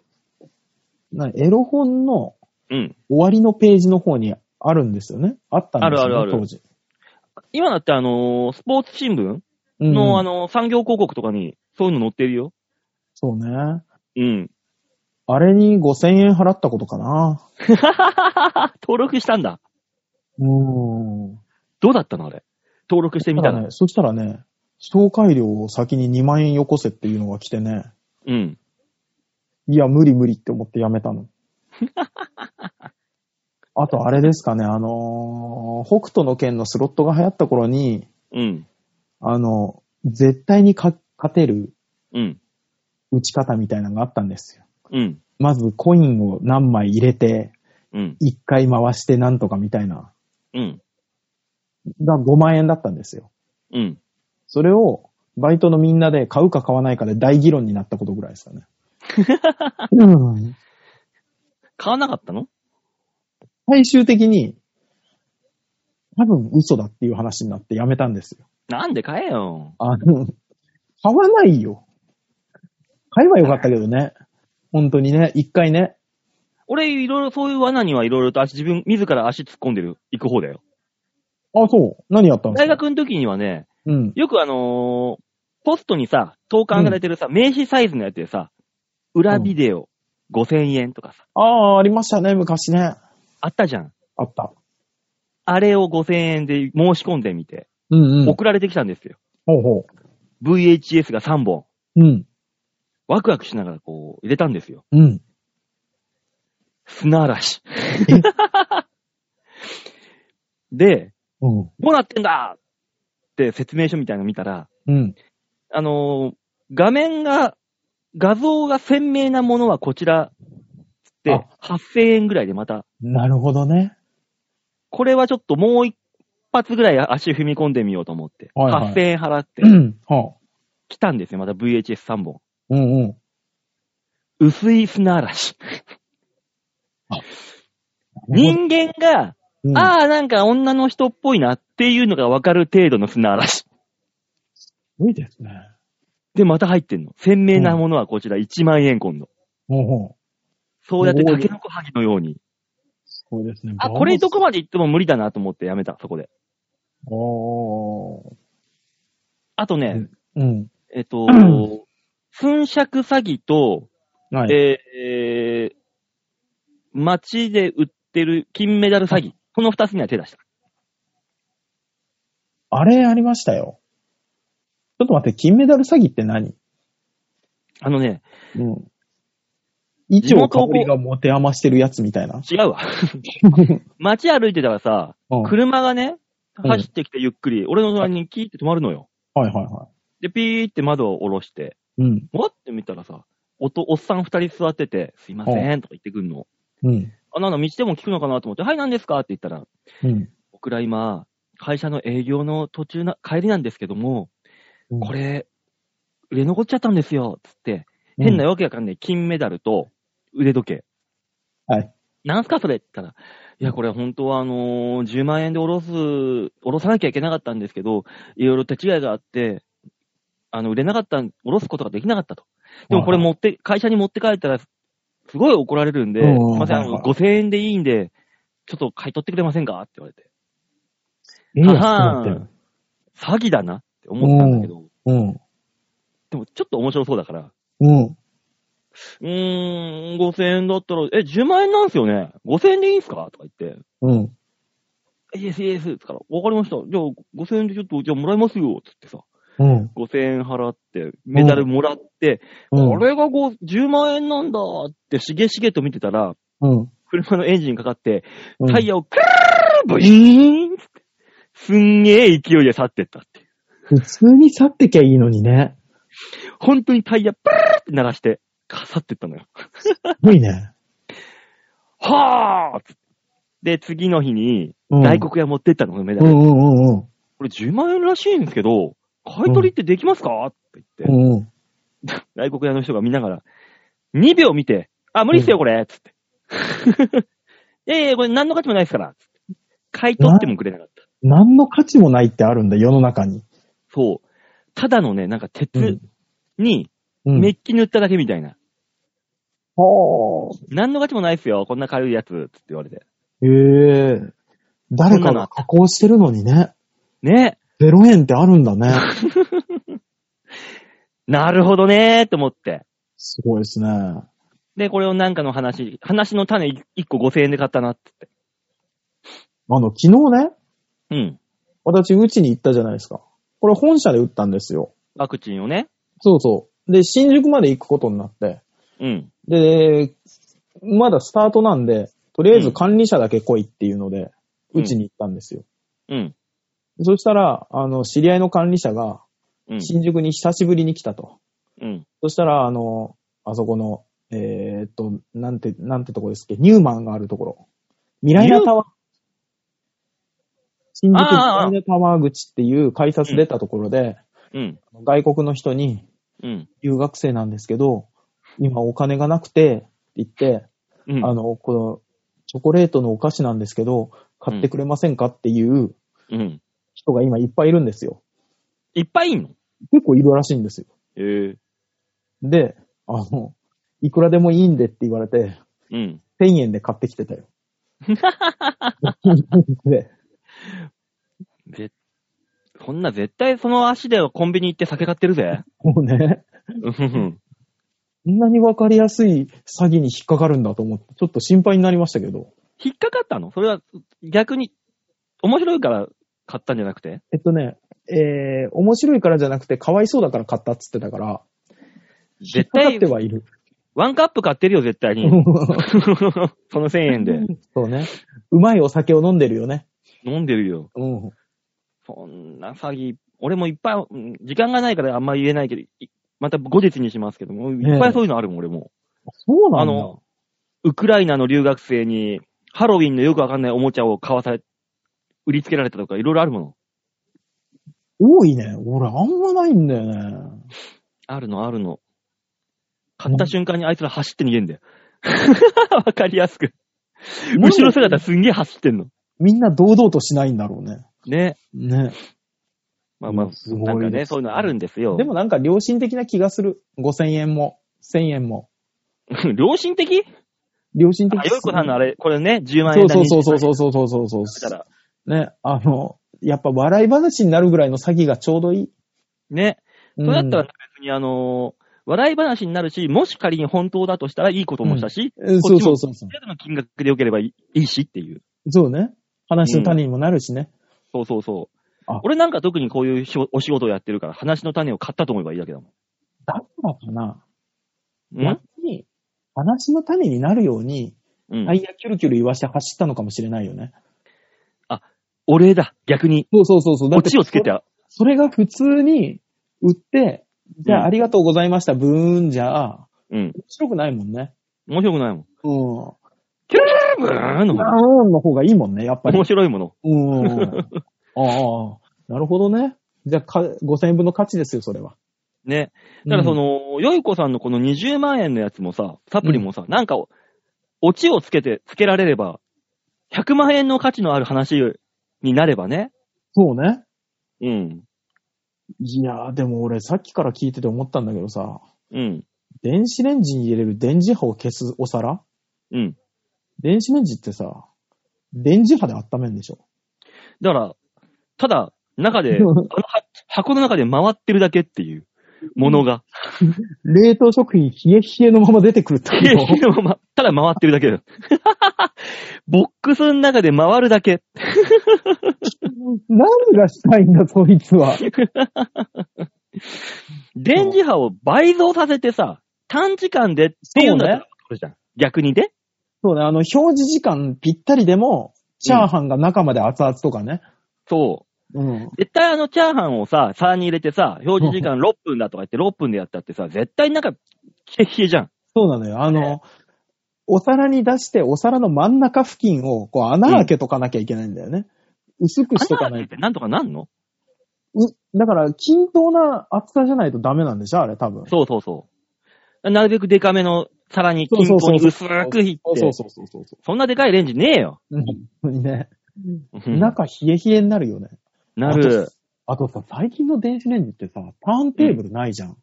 Speaker 3: なエロ本の
Speaker 2: うん。
Speaker 3: 終わりのページの方にあるんですよね。あったんです
Speaker 2: あ
Speaker 3: よ、ね、
Speaker 2: るあるある
Speaker 3: 当時。
Speaker 2: 今だってあのースポーツ新聞
Speaker 3: うん
Speaker 2: の、あのー産業広告とかにそういうの載ってるよ。
Speaker 3: そうね。
Speaker 2: うん。
Speaker 3: あれに5000円払ったことかな。
Speaker 2: 登録したんだ。
Speaker 3: うーん。
Speaker 2: どうだったのあれ。登録してみた
Speaker 3: だから
Speaker 2: ら。
Speaker 3: ね、そしたらね、紹介料を先に2万円よこせっていうのが来てね、
Speaker 2: うん。
Speaker 3: いや、無理無理って思ってやめた の。あと、あれですかね、あのー北斗の剣のスロットが流行った頃に、
Speaker 2: うん。
Speaker 3: あの、絶対にか勝てる
Speaker 2: うん。
Speaker 3: 打ち方みたいなのがあったんですよ。
Speaker 2: うん。
Speaker 3: まずコインを何枚入れて、
Speaker 2: うん。
Speaker 3: 1回回してなんとかみたいな、
Speaker 2: うん。
Speaker 3: が5万円だったんですよ。
Speaker 2: うん。
Speaker 3: それを、バイトのみんなで買うか買わないかで大議論になったことぐらいですかね。うん
Speaker 2: 買わなかったの
Speaker 3: 最終的に、多分嘘だっていう話になってやめたんですよ。
Speaker 2: なんで買えよ。
Speaker 3: あの、買わないよ。買えばよかったけどね。本当にね、一回ね。
Speaker 2: 俺、いろいろ、そういう罠にはいろいろと足、自分、自ら足突っ込んでる、行く方だよ。
Speaker 3: あ、そう。何やったんです
Speaker 2: 大
Speaker 3: か
Speaker 2: 学の時にはね、
Speaker 3: うん。
Speaker 2: よくあのーポストにさ、投函されてるさ、名刺サイズのやつでさ、裏ビデオ5000円とかさ、
Speaker 3: ああ、ありましたね、昔ね。
Speaker 2: あったじゃん。
Speaker 3: あった。
Speaker 2: あれを5000円で申し込んでみて、
Speaker 3: うんうん。
Speaker 2: 送られてきたんですよ。
Speaker 3: ほうほ
Speaker 2: VHS が3本、
Speaker 3: う。うん。
Speaker 2: ワクワクしながらこう、入れたんですよ。
Speaker 3: うん。
Speaker 2: 砂嵐。 で、
Speaker 3: うん。
Speaker 2: どうなってんだって説明書みたいなの見たら、
Speaker 3: うん。
Speaker 2: あのー画面が、画像が鮮明なものはこちら、つって、8000円ぐらいでまた
Speaker 3: なるほどね。
Speaker 2: これはちょっともう一発ぐらい足踏み込んでみようと思って、
Speaker 3: はいはい
Speaker 2: 8000円払って
Speaker 3: う、ん。はあ。
Speaker 2: 来たんですよ、また VHS3 本。
Speaker 3: うんうん。
Speaker 2: 薄い砂嵐。人間が、
Speaker 3: うん、
Speaker 2: ああ、なんか女の人っぽいなっていうのがわかる程度の砂嵐。
Speaker 3: すごいですね。
Speaker 2: で、また入ってんの。鮮明なものはこちら、1万円今度。
Speaker 3: ほうほう。
Speaker 2: そうやって
Speaker 3: おー
Speaker 2: タケノコハギのように。
Speaker 3: すごいですね。
Speaker 2: あ、これどこ
Speaker 3: ま
Speaker 2: まで行っても無理だなと思ってやめた、そこで。
Speaker 3: おー。
Speaker 2: あとね、
Speaker 3: うん。
Speaker 2: えっと
Speaker 3: うん、
Speaker 2: 寸尺詐欺と、
Speaker 3: はい。
Speaker 2: えーえー街で売ってる金メダル詐欺。この二つには手出した。
Speaker 3: あれありましたよ。ちょっと待って、金メダル詐欺って何
Speaker 2: あのね、
Speaker 3: うん。一応香りが持て余してるやつみたいな。
Speaker 2: 違う わ。街歩いてたらさ、
Speaker 3: うんはい
Speaker 2: 車がね、
Speaker 3: うん
Speaker 2: 走ってきてゆっくり、俺の隣にキーって止まるのよ。
Speaker 3: はいは
Speaker 2: で、ピーって窓を下ろして、
Speaker 3: い。うん。
Speaker 2: わって見たらさ、おと、おっさん二人座ってて、すいませんとか言ってくんの。
Speaker 3: うん。
Speaker 2: あ、なんだ、道でも聞くのかなと思って、はい、何ですかって言ったら、
Speaker 3: うん。
Speaker 2: 僕ら今、会社の営業の途中な、帰りなんですけども、
Speaker 3: うん
Speaker 2: これ、売れ残っちゃったんですよ、つって、変な
Speaker 3: よ。
Speaker 2: わけわかんない金メダルと腕時計。
Speaker 3: はい。
Speaker 2: なんすかそれって言ったら、いや、これ本当はあのー10万円でおろす、おろさなきゃいけなかったんですけど、いろいろ手違いがあって、あの、売れなかったん、おろすことができなかったと。でもこれ持って、会社に持って帰ったら、すごい怒られるんで、す
Speaker 3: うんうん
Speaker 2: いません、あ
Speaker 3: はい
Speaker 2: の、
Speaker 3: はい
Speaker 2: 5000円でいいんで、ちょっと買い取ってくれませんかって言われて。
Speaker 3: ええやつになって
Speaker 2: はは
Speaker 3: る。
Speaker 2: 詐欺だなって思ったんだけど、
Speaker 3: うん。
Speaker 2: でもちょっと面白そうだから、
Speaker 3: うん。
Speaker 2: うーん、5000円だったら、え、10万円なんすよね ?5000 円でいいんすかとか言って、
Speaker 3: うん。
Speaker 2: イエスイエスっつったら、わかりました。じゃあ、5000円でちょっと、じゃあもらいますよ、つってさ、
Speaker 3: うん。
Speaker 2: 5000円払って、メダルもらって、
Speaker 3: うん。
Speaker 2: これが5 10万円なんだって、しげしげと見てたら、
Speaker 3: うん。
Speaker 2: 車のエンジンかかって、
Speaker 3: うん
Speaker 2: タイヤをクルーブイーンっつって、すんげえ勢いで去ってったっていう。
Speaker 3: 普通に去ってきゃいいのにね。
Speaker 2: 本当にタイヤプルーって鳴らして、去ってったのよ。
Speaker 3: すごいね。
Speaker 2: はぁーっつってで、次の日に、
Speaker 3: うん。
Speaker 2: 大黒屋持ってったの、メダル
Speaker 3: うんうんうんうん。
Speaker 2: これ10万円らしいんですけど、買い取りってできますか、って言って、
Speaker 3: うんうん。
Speaker 2: 外国屋の人が見ながら、2秒見て、あ、無理っすよ、これつって。 いやいや、これ何の価値もないですから。つって買い取ってもくれなかった。
Speaker 3: 何の価値もないってあるんだ、世の中に。
Speaker 2: そう。ただのね、なんか
Speaker 3: う
Speaker 2: 鉄
Speaker 3: ん。
Speaker 2: に
Speaker 3: うん。
Speaker 2: メッキ塗っただけみたいな。
Speaker 3: はあ。
Speaker 2: 何の価値もないっすよ、こんな軽いやつ、つって言われて。
Speaker 3: へえ。誰かが加工してるのにね。
Speaker 2: ね。
Speaker 3: 0円ってあるんだね。
Speaker 2: なるほどねーと思って。
Speaker 3: すごいですね。
Speaker 2: で、これをなんかの話、話の種1個5000円で買ったなっ、つって。
Speaker 3: あの、昨日ね、
Speaker 2: うん。
Speaker 3: 私、うちに行ったじゃないですか。これ本社で打ったんですよ。
Speaker 2: ワクチンをね。
Speaker 3: そうそう。で、新宿まで行くことになって、
Speaker 2: うん。
Speaker 3: で、まだスタートなんで、とりあえず管理者だけ来いっていうので、
Speaker 2: うん
Speaker 3: うち、に行ったんですよ。
Speaker 2: うん。
Speaker 3: そしたら、あの、知り合いの管理者が、
Speaker 2: うん。
Speaker 3: 新宿に久しぶりに来たと。
Speaker 2: うん。
Speaker 3: そしたら、あの、あそこの、えーっと、なんて、なんてとこですっけ、ニューマンがあるところ。未来なタワー。新宿未
Speaker 2: あー
Speaker 3: 来なタワー口っていう改札出たところで、
Speaker 2: うん。
Speaker 3: 外国の人に、
Speaker 2: うん。
Speaker 3: 留学生なんですけど、今お金がなくて、って言って、
Speaker 2: うん。
Speaker 3: あの、この、チョコレートのお菓子なんですけど、買ってくれませんかっていう
Speaker 2: うん。
Speaker 3: 人が今いっぱいいるんですよ。
Speaker 2: いっぱいいんの
Speaker 3: 結構いるらしいんですよ。
Speaker 2: ええ。
Speaker 3: で、あの、いくらでもいいんでって言われて、
Speaker 2: うん。
Speaker 3: 1000円で買ってき てたよ。で、
Speaker 2: ぜ、そんな絶対その足でコンビニ行って酒買ってるぜ。
Speaker 3: もうね、
Speaker 2: うん。
Speaker 3: こんなにわかりやすい詐欺に引っかかるんだと思って、ちょっと心配になりましたけど。
Speaker 2: 引っかかったのそれは逆に、面白いから買ったんじゃなくて
Speaker 3: えっとね、えー、面白いからじゃなくて、かわいそうだから買ったっつってたから、
Speaker 2: 絶
Speaker 3: 引っかか
Speaker 2: 対
Speaker 3: って、はいる。
Speaker 2: ワンカップ買ってるよ、絶対に。 その1000円で。
Speaker 3: そうね。うまいお酒を飲んでるよね。
Speaker 2: 飲んでるよ。
Speaker 3: うん。
Speaker 2: そんな詐欺。俺もいっぱい、うん時間がないからあんま言えないけど、いまた後日にしますけども、いっぱいそういうのあるもん、俺も。
Speaker 3: そうなんだ。
Speaker 2: あのウクライナの留学生に、ハロウィンのよくわかんないおもちゃを買わされ、売りつけられたとか、いろいろあるもの。
Speaker 3: 多いね。俺、あんまないんだよね。
Speaker 2: あるの、あるの。買った瞬間にあいつら走って逃げんだよ。 わかりやすく。 後ろ姿すんげえ走ってんの。
Speaker 3: みんな堂々としないんだろうね。
Speaker 2: ね。
Speaker 3: ね。
Speaker 2: まあまあ
Speaker 3: うん、すごい
Speaker 2: なんか
Speaker 3: で
Speaker 2: ね、
Speaker 3: す
Speaker 2: そういうのあるんですよ。
Speaker 3: でもなんか良心的な気がする。5000円も、1000円も。
Speaker 2: 良心的
Speaker 3: 良心的
Speaker 2: あ、よいこさんのあれ、これね、10万
Speaker 3: そ
Speaker 2: 円
Speaker 3: うそうそうそう
Speaker 2: う。
Speaker 3: そうそうそうそうそう
Speaker 2: だから、
Speaker 3: ね。あの、やっぱ笑い話になるぐらいの詐欺がちょうどいい。
Speaker 2: ね。
Speaker 3: う
Speaker 2: それ
Speaker 3: ん
Speaker 2: だったら別にあのー笑い話になるし、もし仮に本当だとしたらいいこともしたし、
Speaker 3: うんそうそうそうそう
Speaker 2: あ。る程度の金額で良ければいいいいしっていう。
Speaker 3: そうね。話の種にもなるしね。
Speaker 2: そうそうそう
Speaker 3: あ。
Speaker 2: 俺なんか特にこういう仕事お仕事をやってるから、話の種を買ったと思えばいいだけだも
Speaker 3: だからかな。
Speaker 2: ん。ん
Speaker 3: 逆に、話の種になるように、
Speaker 2: うん。
Speaker 3: タイヤキュルキュル言わして走ったのかもしれないよね。
Speaker 2: お礼だ、逆に。
Speaker 3: そうそうそうそう。だ
Speaker 2: オ
Speaker 3: って
Speaker 2: チをつけて、
Speaker 3: それが普通に売って、じゃ
Speaker 2: うん
Speaker 3: あありがとうございました、ブーンじゃあ、
Speaker 2: うん。
Speaker 3: 面白くないもんね。
Speaker 2: 面白くないもん。
Speaker 3: うん。
Speaker 2: ブーンの方が
Speaker 3: ダウンの方がいいもんね、やっぱり
Speaker 2: 面。白いもの。
Speaker 3: うん。ああ、なるほどね。じゃあか、5000円分の価値ですよ、それは。
Speaker 2: ね。だからそ
Speaker 3: うん、
Speaker 2: の、よいこさんのこの20万円のやつもさ、サプリもさ、なんか、オチをつけて、つけられれば、100万円の価値のある話になればね。
Speaker 3: そうね。
Speaker 2: うん。
Speaker 3: いやー、でも俺、さっきから聞いてて思ったんだけどさ、
Speaker 2: うん。
Speaker 3: 電子レンジに入れる電磁波を消すお皿
Speaker 2: うん。
Speaker 3: 電子レンジってさ、電磁波で温めるんでしょ
Speaker 2: だから、ただ、中 で、あのは箱の中で回ってるだけっていうものが、
Speaker 3: 冷凍食品冷え冷えのまま出てくるってこ
Speaker 2: 冷え 冷えのまま、ただ回ってるだけだよ。ボックスの中で回るだけ。
Speaker 3: と何がしたいんだ、そいつは。
Speaker 2: 電磁波を倍増させてさ、短時間でっていうの
Speaker 3: そうね
Speaker 2: が、そうじゃん。逆にで、
Speaker 3: そうね、あの、表示時間ぴったりでも、チャーハンが中まで熱々とかね。
Speaker 2: そう。
Speaker 3: うん。
Speaker 2: 絶対あのチャーハンをさ、皿に入れてさ、表示時間6分だとか言って6分でやったってさ、絶対なんか、冷え冷えじゃん。
Speaker 3: そうなのよ。あの、お皿に出して、お皿の真ん中付近を、こう、穴開けとかなきゃいけないんだよね。薄くしとか
Speaker 2: 穴開
Speaker 3: な
Speaker 2: け
Speaker 3: い
Speaker 2: って。
Speaker 3: と
Speaker 2: なんとかなんの
Speaker 3: うだから、均等な厚さじゃないとダメなんでしょあれ、多分。
Speaker 2: そうそうそう。なるべくデカめの皿に均等に薄くひって。
Speaker 3: そうそうそうそうそ
Speaker 2: そんなでかいレンジねえよ。
Speaker 3: う。うん。本当にね。
Speaker 2: うん
Speaker 3: 中冷え冷えになるよね。
Speaker 2: なる。
Speaker 3: あとさ、最近の電子レンジってさ、ターンテーブルないじゃん。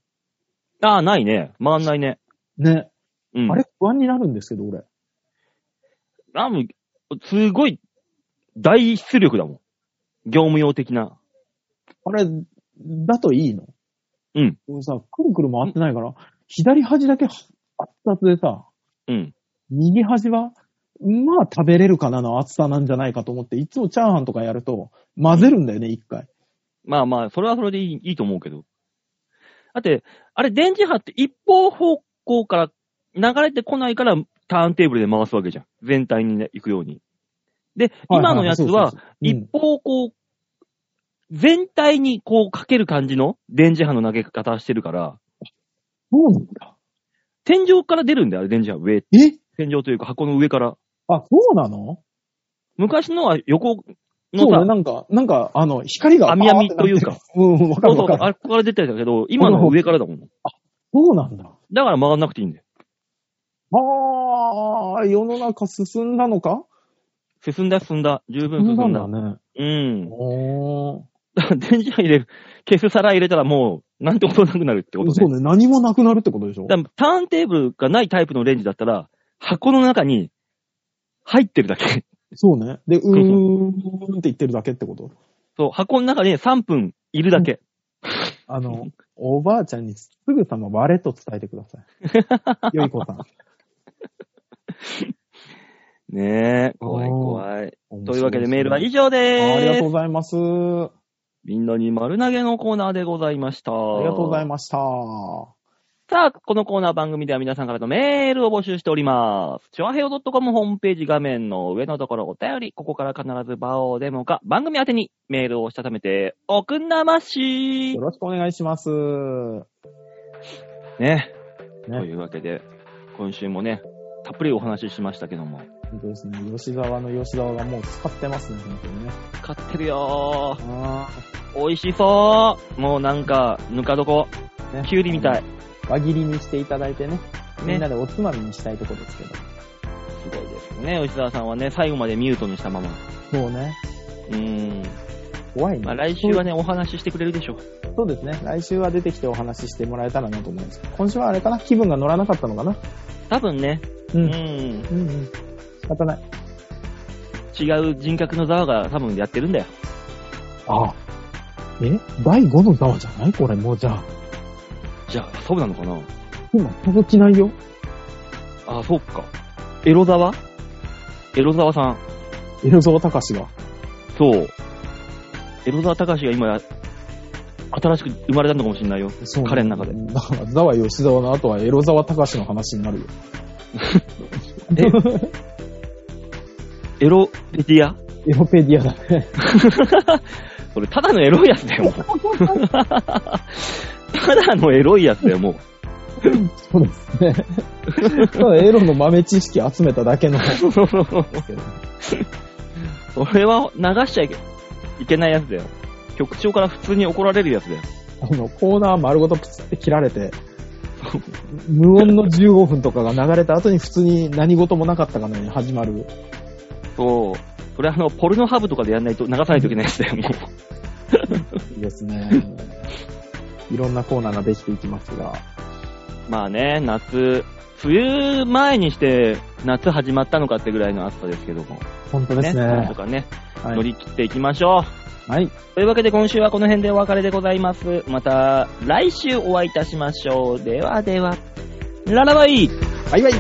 Speaker 2: ああ、ないね。回んないね。
Speaker 3: ね。
Speaker 2: うん。
Speaker 3: あれ不安になるんですけど、俺。
Speaker 2: あもうすごい、大出力だもん。業務用的な。
Speaker 3: あれ、だといいの
Speaker 2: うん。
Speaker 3: でもさ、くるくる回ってないから、左端だけ熱々でさ、
Speaker 2: うん。
Speaker 3: 右端は、まあ食べれるかなの厚さなんじゃないかと思って、いつもチャーハンとかやると、混ぜるんだよね、一回。
Speaker 2: まあまあ、それはそれでいいいいと思うけど。だって、あれ電磁波って一方方向から流れてこないからターンテーブルで回すわけじゃん。全体に、ね、行くように。で、今のやつは
Speaker 3: そうそうそう、うん
Speaker 2: 一方こう、全体にこうかける感じの電磁波の投げ方してるから、
Speaker 3: そうなんだ。
Speaker 2: 天井から出るんだよ、あれ電磁波。上、
Speaker 3: え
Speaker 2: 天井というか箱の上から。
Speaker 3: あ、そうなの
Speaker 2: 昔のは横の
Speaker 3: そう
Speaker 2: さ
Speaker 3: ね、、なんか、なんか、あの、光が。
Speaker 2: 網網というか。
Speaker 3: うん、わか
Speaker 2: そう
Speaker 3: る
Speaker 2: そう
Speaker 3: わ、か
Speaker 2: あれ
Speaker 3: る。
Speaker 2: ここから出てたけど、今のは上からだもん。
Speaker 3: そうなんだ。
Speaker 2: だから曲がんなくていいんだよ。
Speaker 3: ああ、世の中進んだのか
Speaker 2: 進んだ、進んだ。十分進んだ。
Speaker 3: んだね。
Speaker 2: うん。
Speaker 3: おー。
Speaker 2: だから電磁波入れる、消す皿入れたらもう、なんてことなくなるってこと
Speaker 3: そう
Speaker 2: ね。
Speaker 3: ね、何もなくなるってことでしょ
Speaker 2: だからターンテーブルがないタイプのレンジだったら、箱の中に入ってるだけ。
Speaker 3: そうね。で、うーんって言ってるだけってこと
Speaker 2: そう、箱の中に3分いるだけ。
Speaker 3: あの、おばあちゃんにすぐさま割れと伝えてくださ い。よい子さん。
Speaker 2: ねえ、怖い
Speaker 3: おー
Speaker 2: 怖い。
Speaker 3: 面 白
Speaker 2: というわけでメールは
Speaker 3: い
Speaker 2: 以上
Speaker 3: すねありが
Speaker 2: で
Speaker 3: と
Speaker 2: ー
Speaker 3: うご
Speaker 2: す。
Speaker 3: ざいます。あ
Speaker 2: みんなに丸投げのコーナーでございました。あ
Speaker 3: りがとうござい
Speaker 2: ま
Speaker 3: ました。
Speaker 2: す。さあ、このコーナー番組では皆さんからのメールを募集しております。ちょわへよ .com ホームページ画面の上のところお便り、ここから必ず場をデモか番組宛てにメールをしたためて、おくんなまし
Speaker 3: よろしくお願いします。
Speaker 2: ね。
Speaker 3: ね
Speaker 2: というわけで、今週もね、たっぷりお話ししましたけども。
Speaker 3: 本当ですね。吉沢の吉沢がもう使ってますね、本当にね。
Speaker 2: 買ってるよ
Speaker 3: あ
Speaker 2: ー。美味しそうもうなんか、ぬか床。
Speaker 3: ーね
Speaker 2: きゅうりみたい。。
Speaker 3: 輪切りにしていただいてね。み
Speaker 2: ね
Speaker 3: んな。でおつまみにしたいとこですけど。
Speaker 2: すごいですね。吉沢さんはね、最後までミュートにしたまま。
Speaker 3: そうね。
Speaker 2: うーん。
Speaker 3: 怖いね。
Speaker 2: まあ来週はね、お話ししてくれるでしょう。
Speaker 3: そうですね。来週は出てきてお話ししてもらえたらなと思います。今週はあれかな気分が乗らなかったのかな
Speaker 2: 多分ね、
Speaker 3: う。
Speaker 2: うんん。
Speaker 3: うんうん。仕方ない。
Speaker 2: 違う人格のザワが多分やってるんだよ。
Speaker 3: ああ。え第5の側じゃないこれもうじゃあ。
Speaker 2: じゃあ、そうなのかな
Speaker 3: 今、届きないよ。
Speaker 2: あそっか。エロザワエロザワさん。
Speaker 3: エロゾウタカシが。
Speaker 2: そう。エロザワシが今や、新しく生まれたのかもしれないよ。
Speaker 3: そう
Speaker 2: 彼の中で。
Speaker 3: だから、ザワ吉沢の後はエロザワタカシの話になる よ。
Speaker 2: エロペデ ィア
Speaker 3: エロペディアだね。
Speaker 2: それ、ただのエロいやつだよ、もう。 ただのエロいやつだよ、 もう。
Speaker 3: そうですね。 ただエロの豆知識集めただけの。
Speaker 2: それは流しちゃいけいけないやつだよ。局長から普通に怒られるやつだよ。
Speaker 3: あの、コーナー丸ごとプツって切られて、無音の15分とかが流れた後に普通に何事もなかったかのように始まる。
Speaker 2: そう。それあの、ポルノハブとかでやんないと、流さないといけないやつ だよ、もう。
Speaker 3: いいですね。 いろんなコーナーができていきますが。
Speaker 2: まあね、夏、梅雨前にして、夏始まったのかってぐらいの暑さですけども。
Speaker 3: 本当ですね。
Speaker 2: なんとかね、
Speaker 3: は
Speaker 2: 乗
Speaker 3: い。
Speaker 2: り切っていきましょう。
Speaker 3: はい。
Speaker 2: というわけで今週はこの辺でお別れでございます。また来週お会いいたしましょう。ではでは、ララバイ
Speaker 3: バイバイ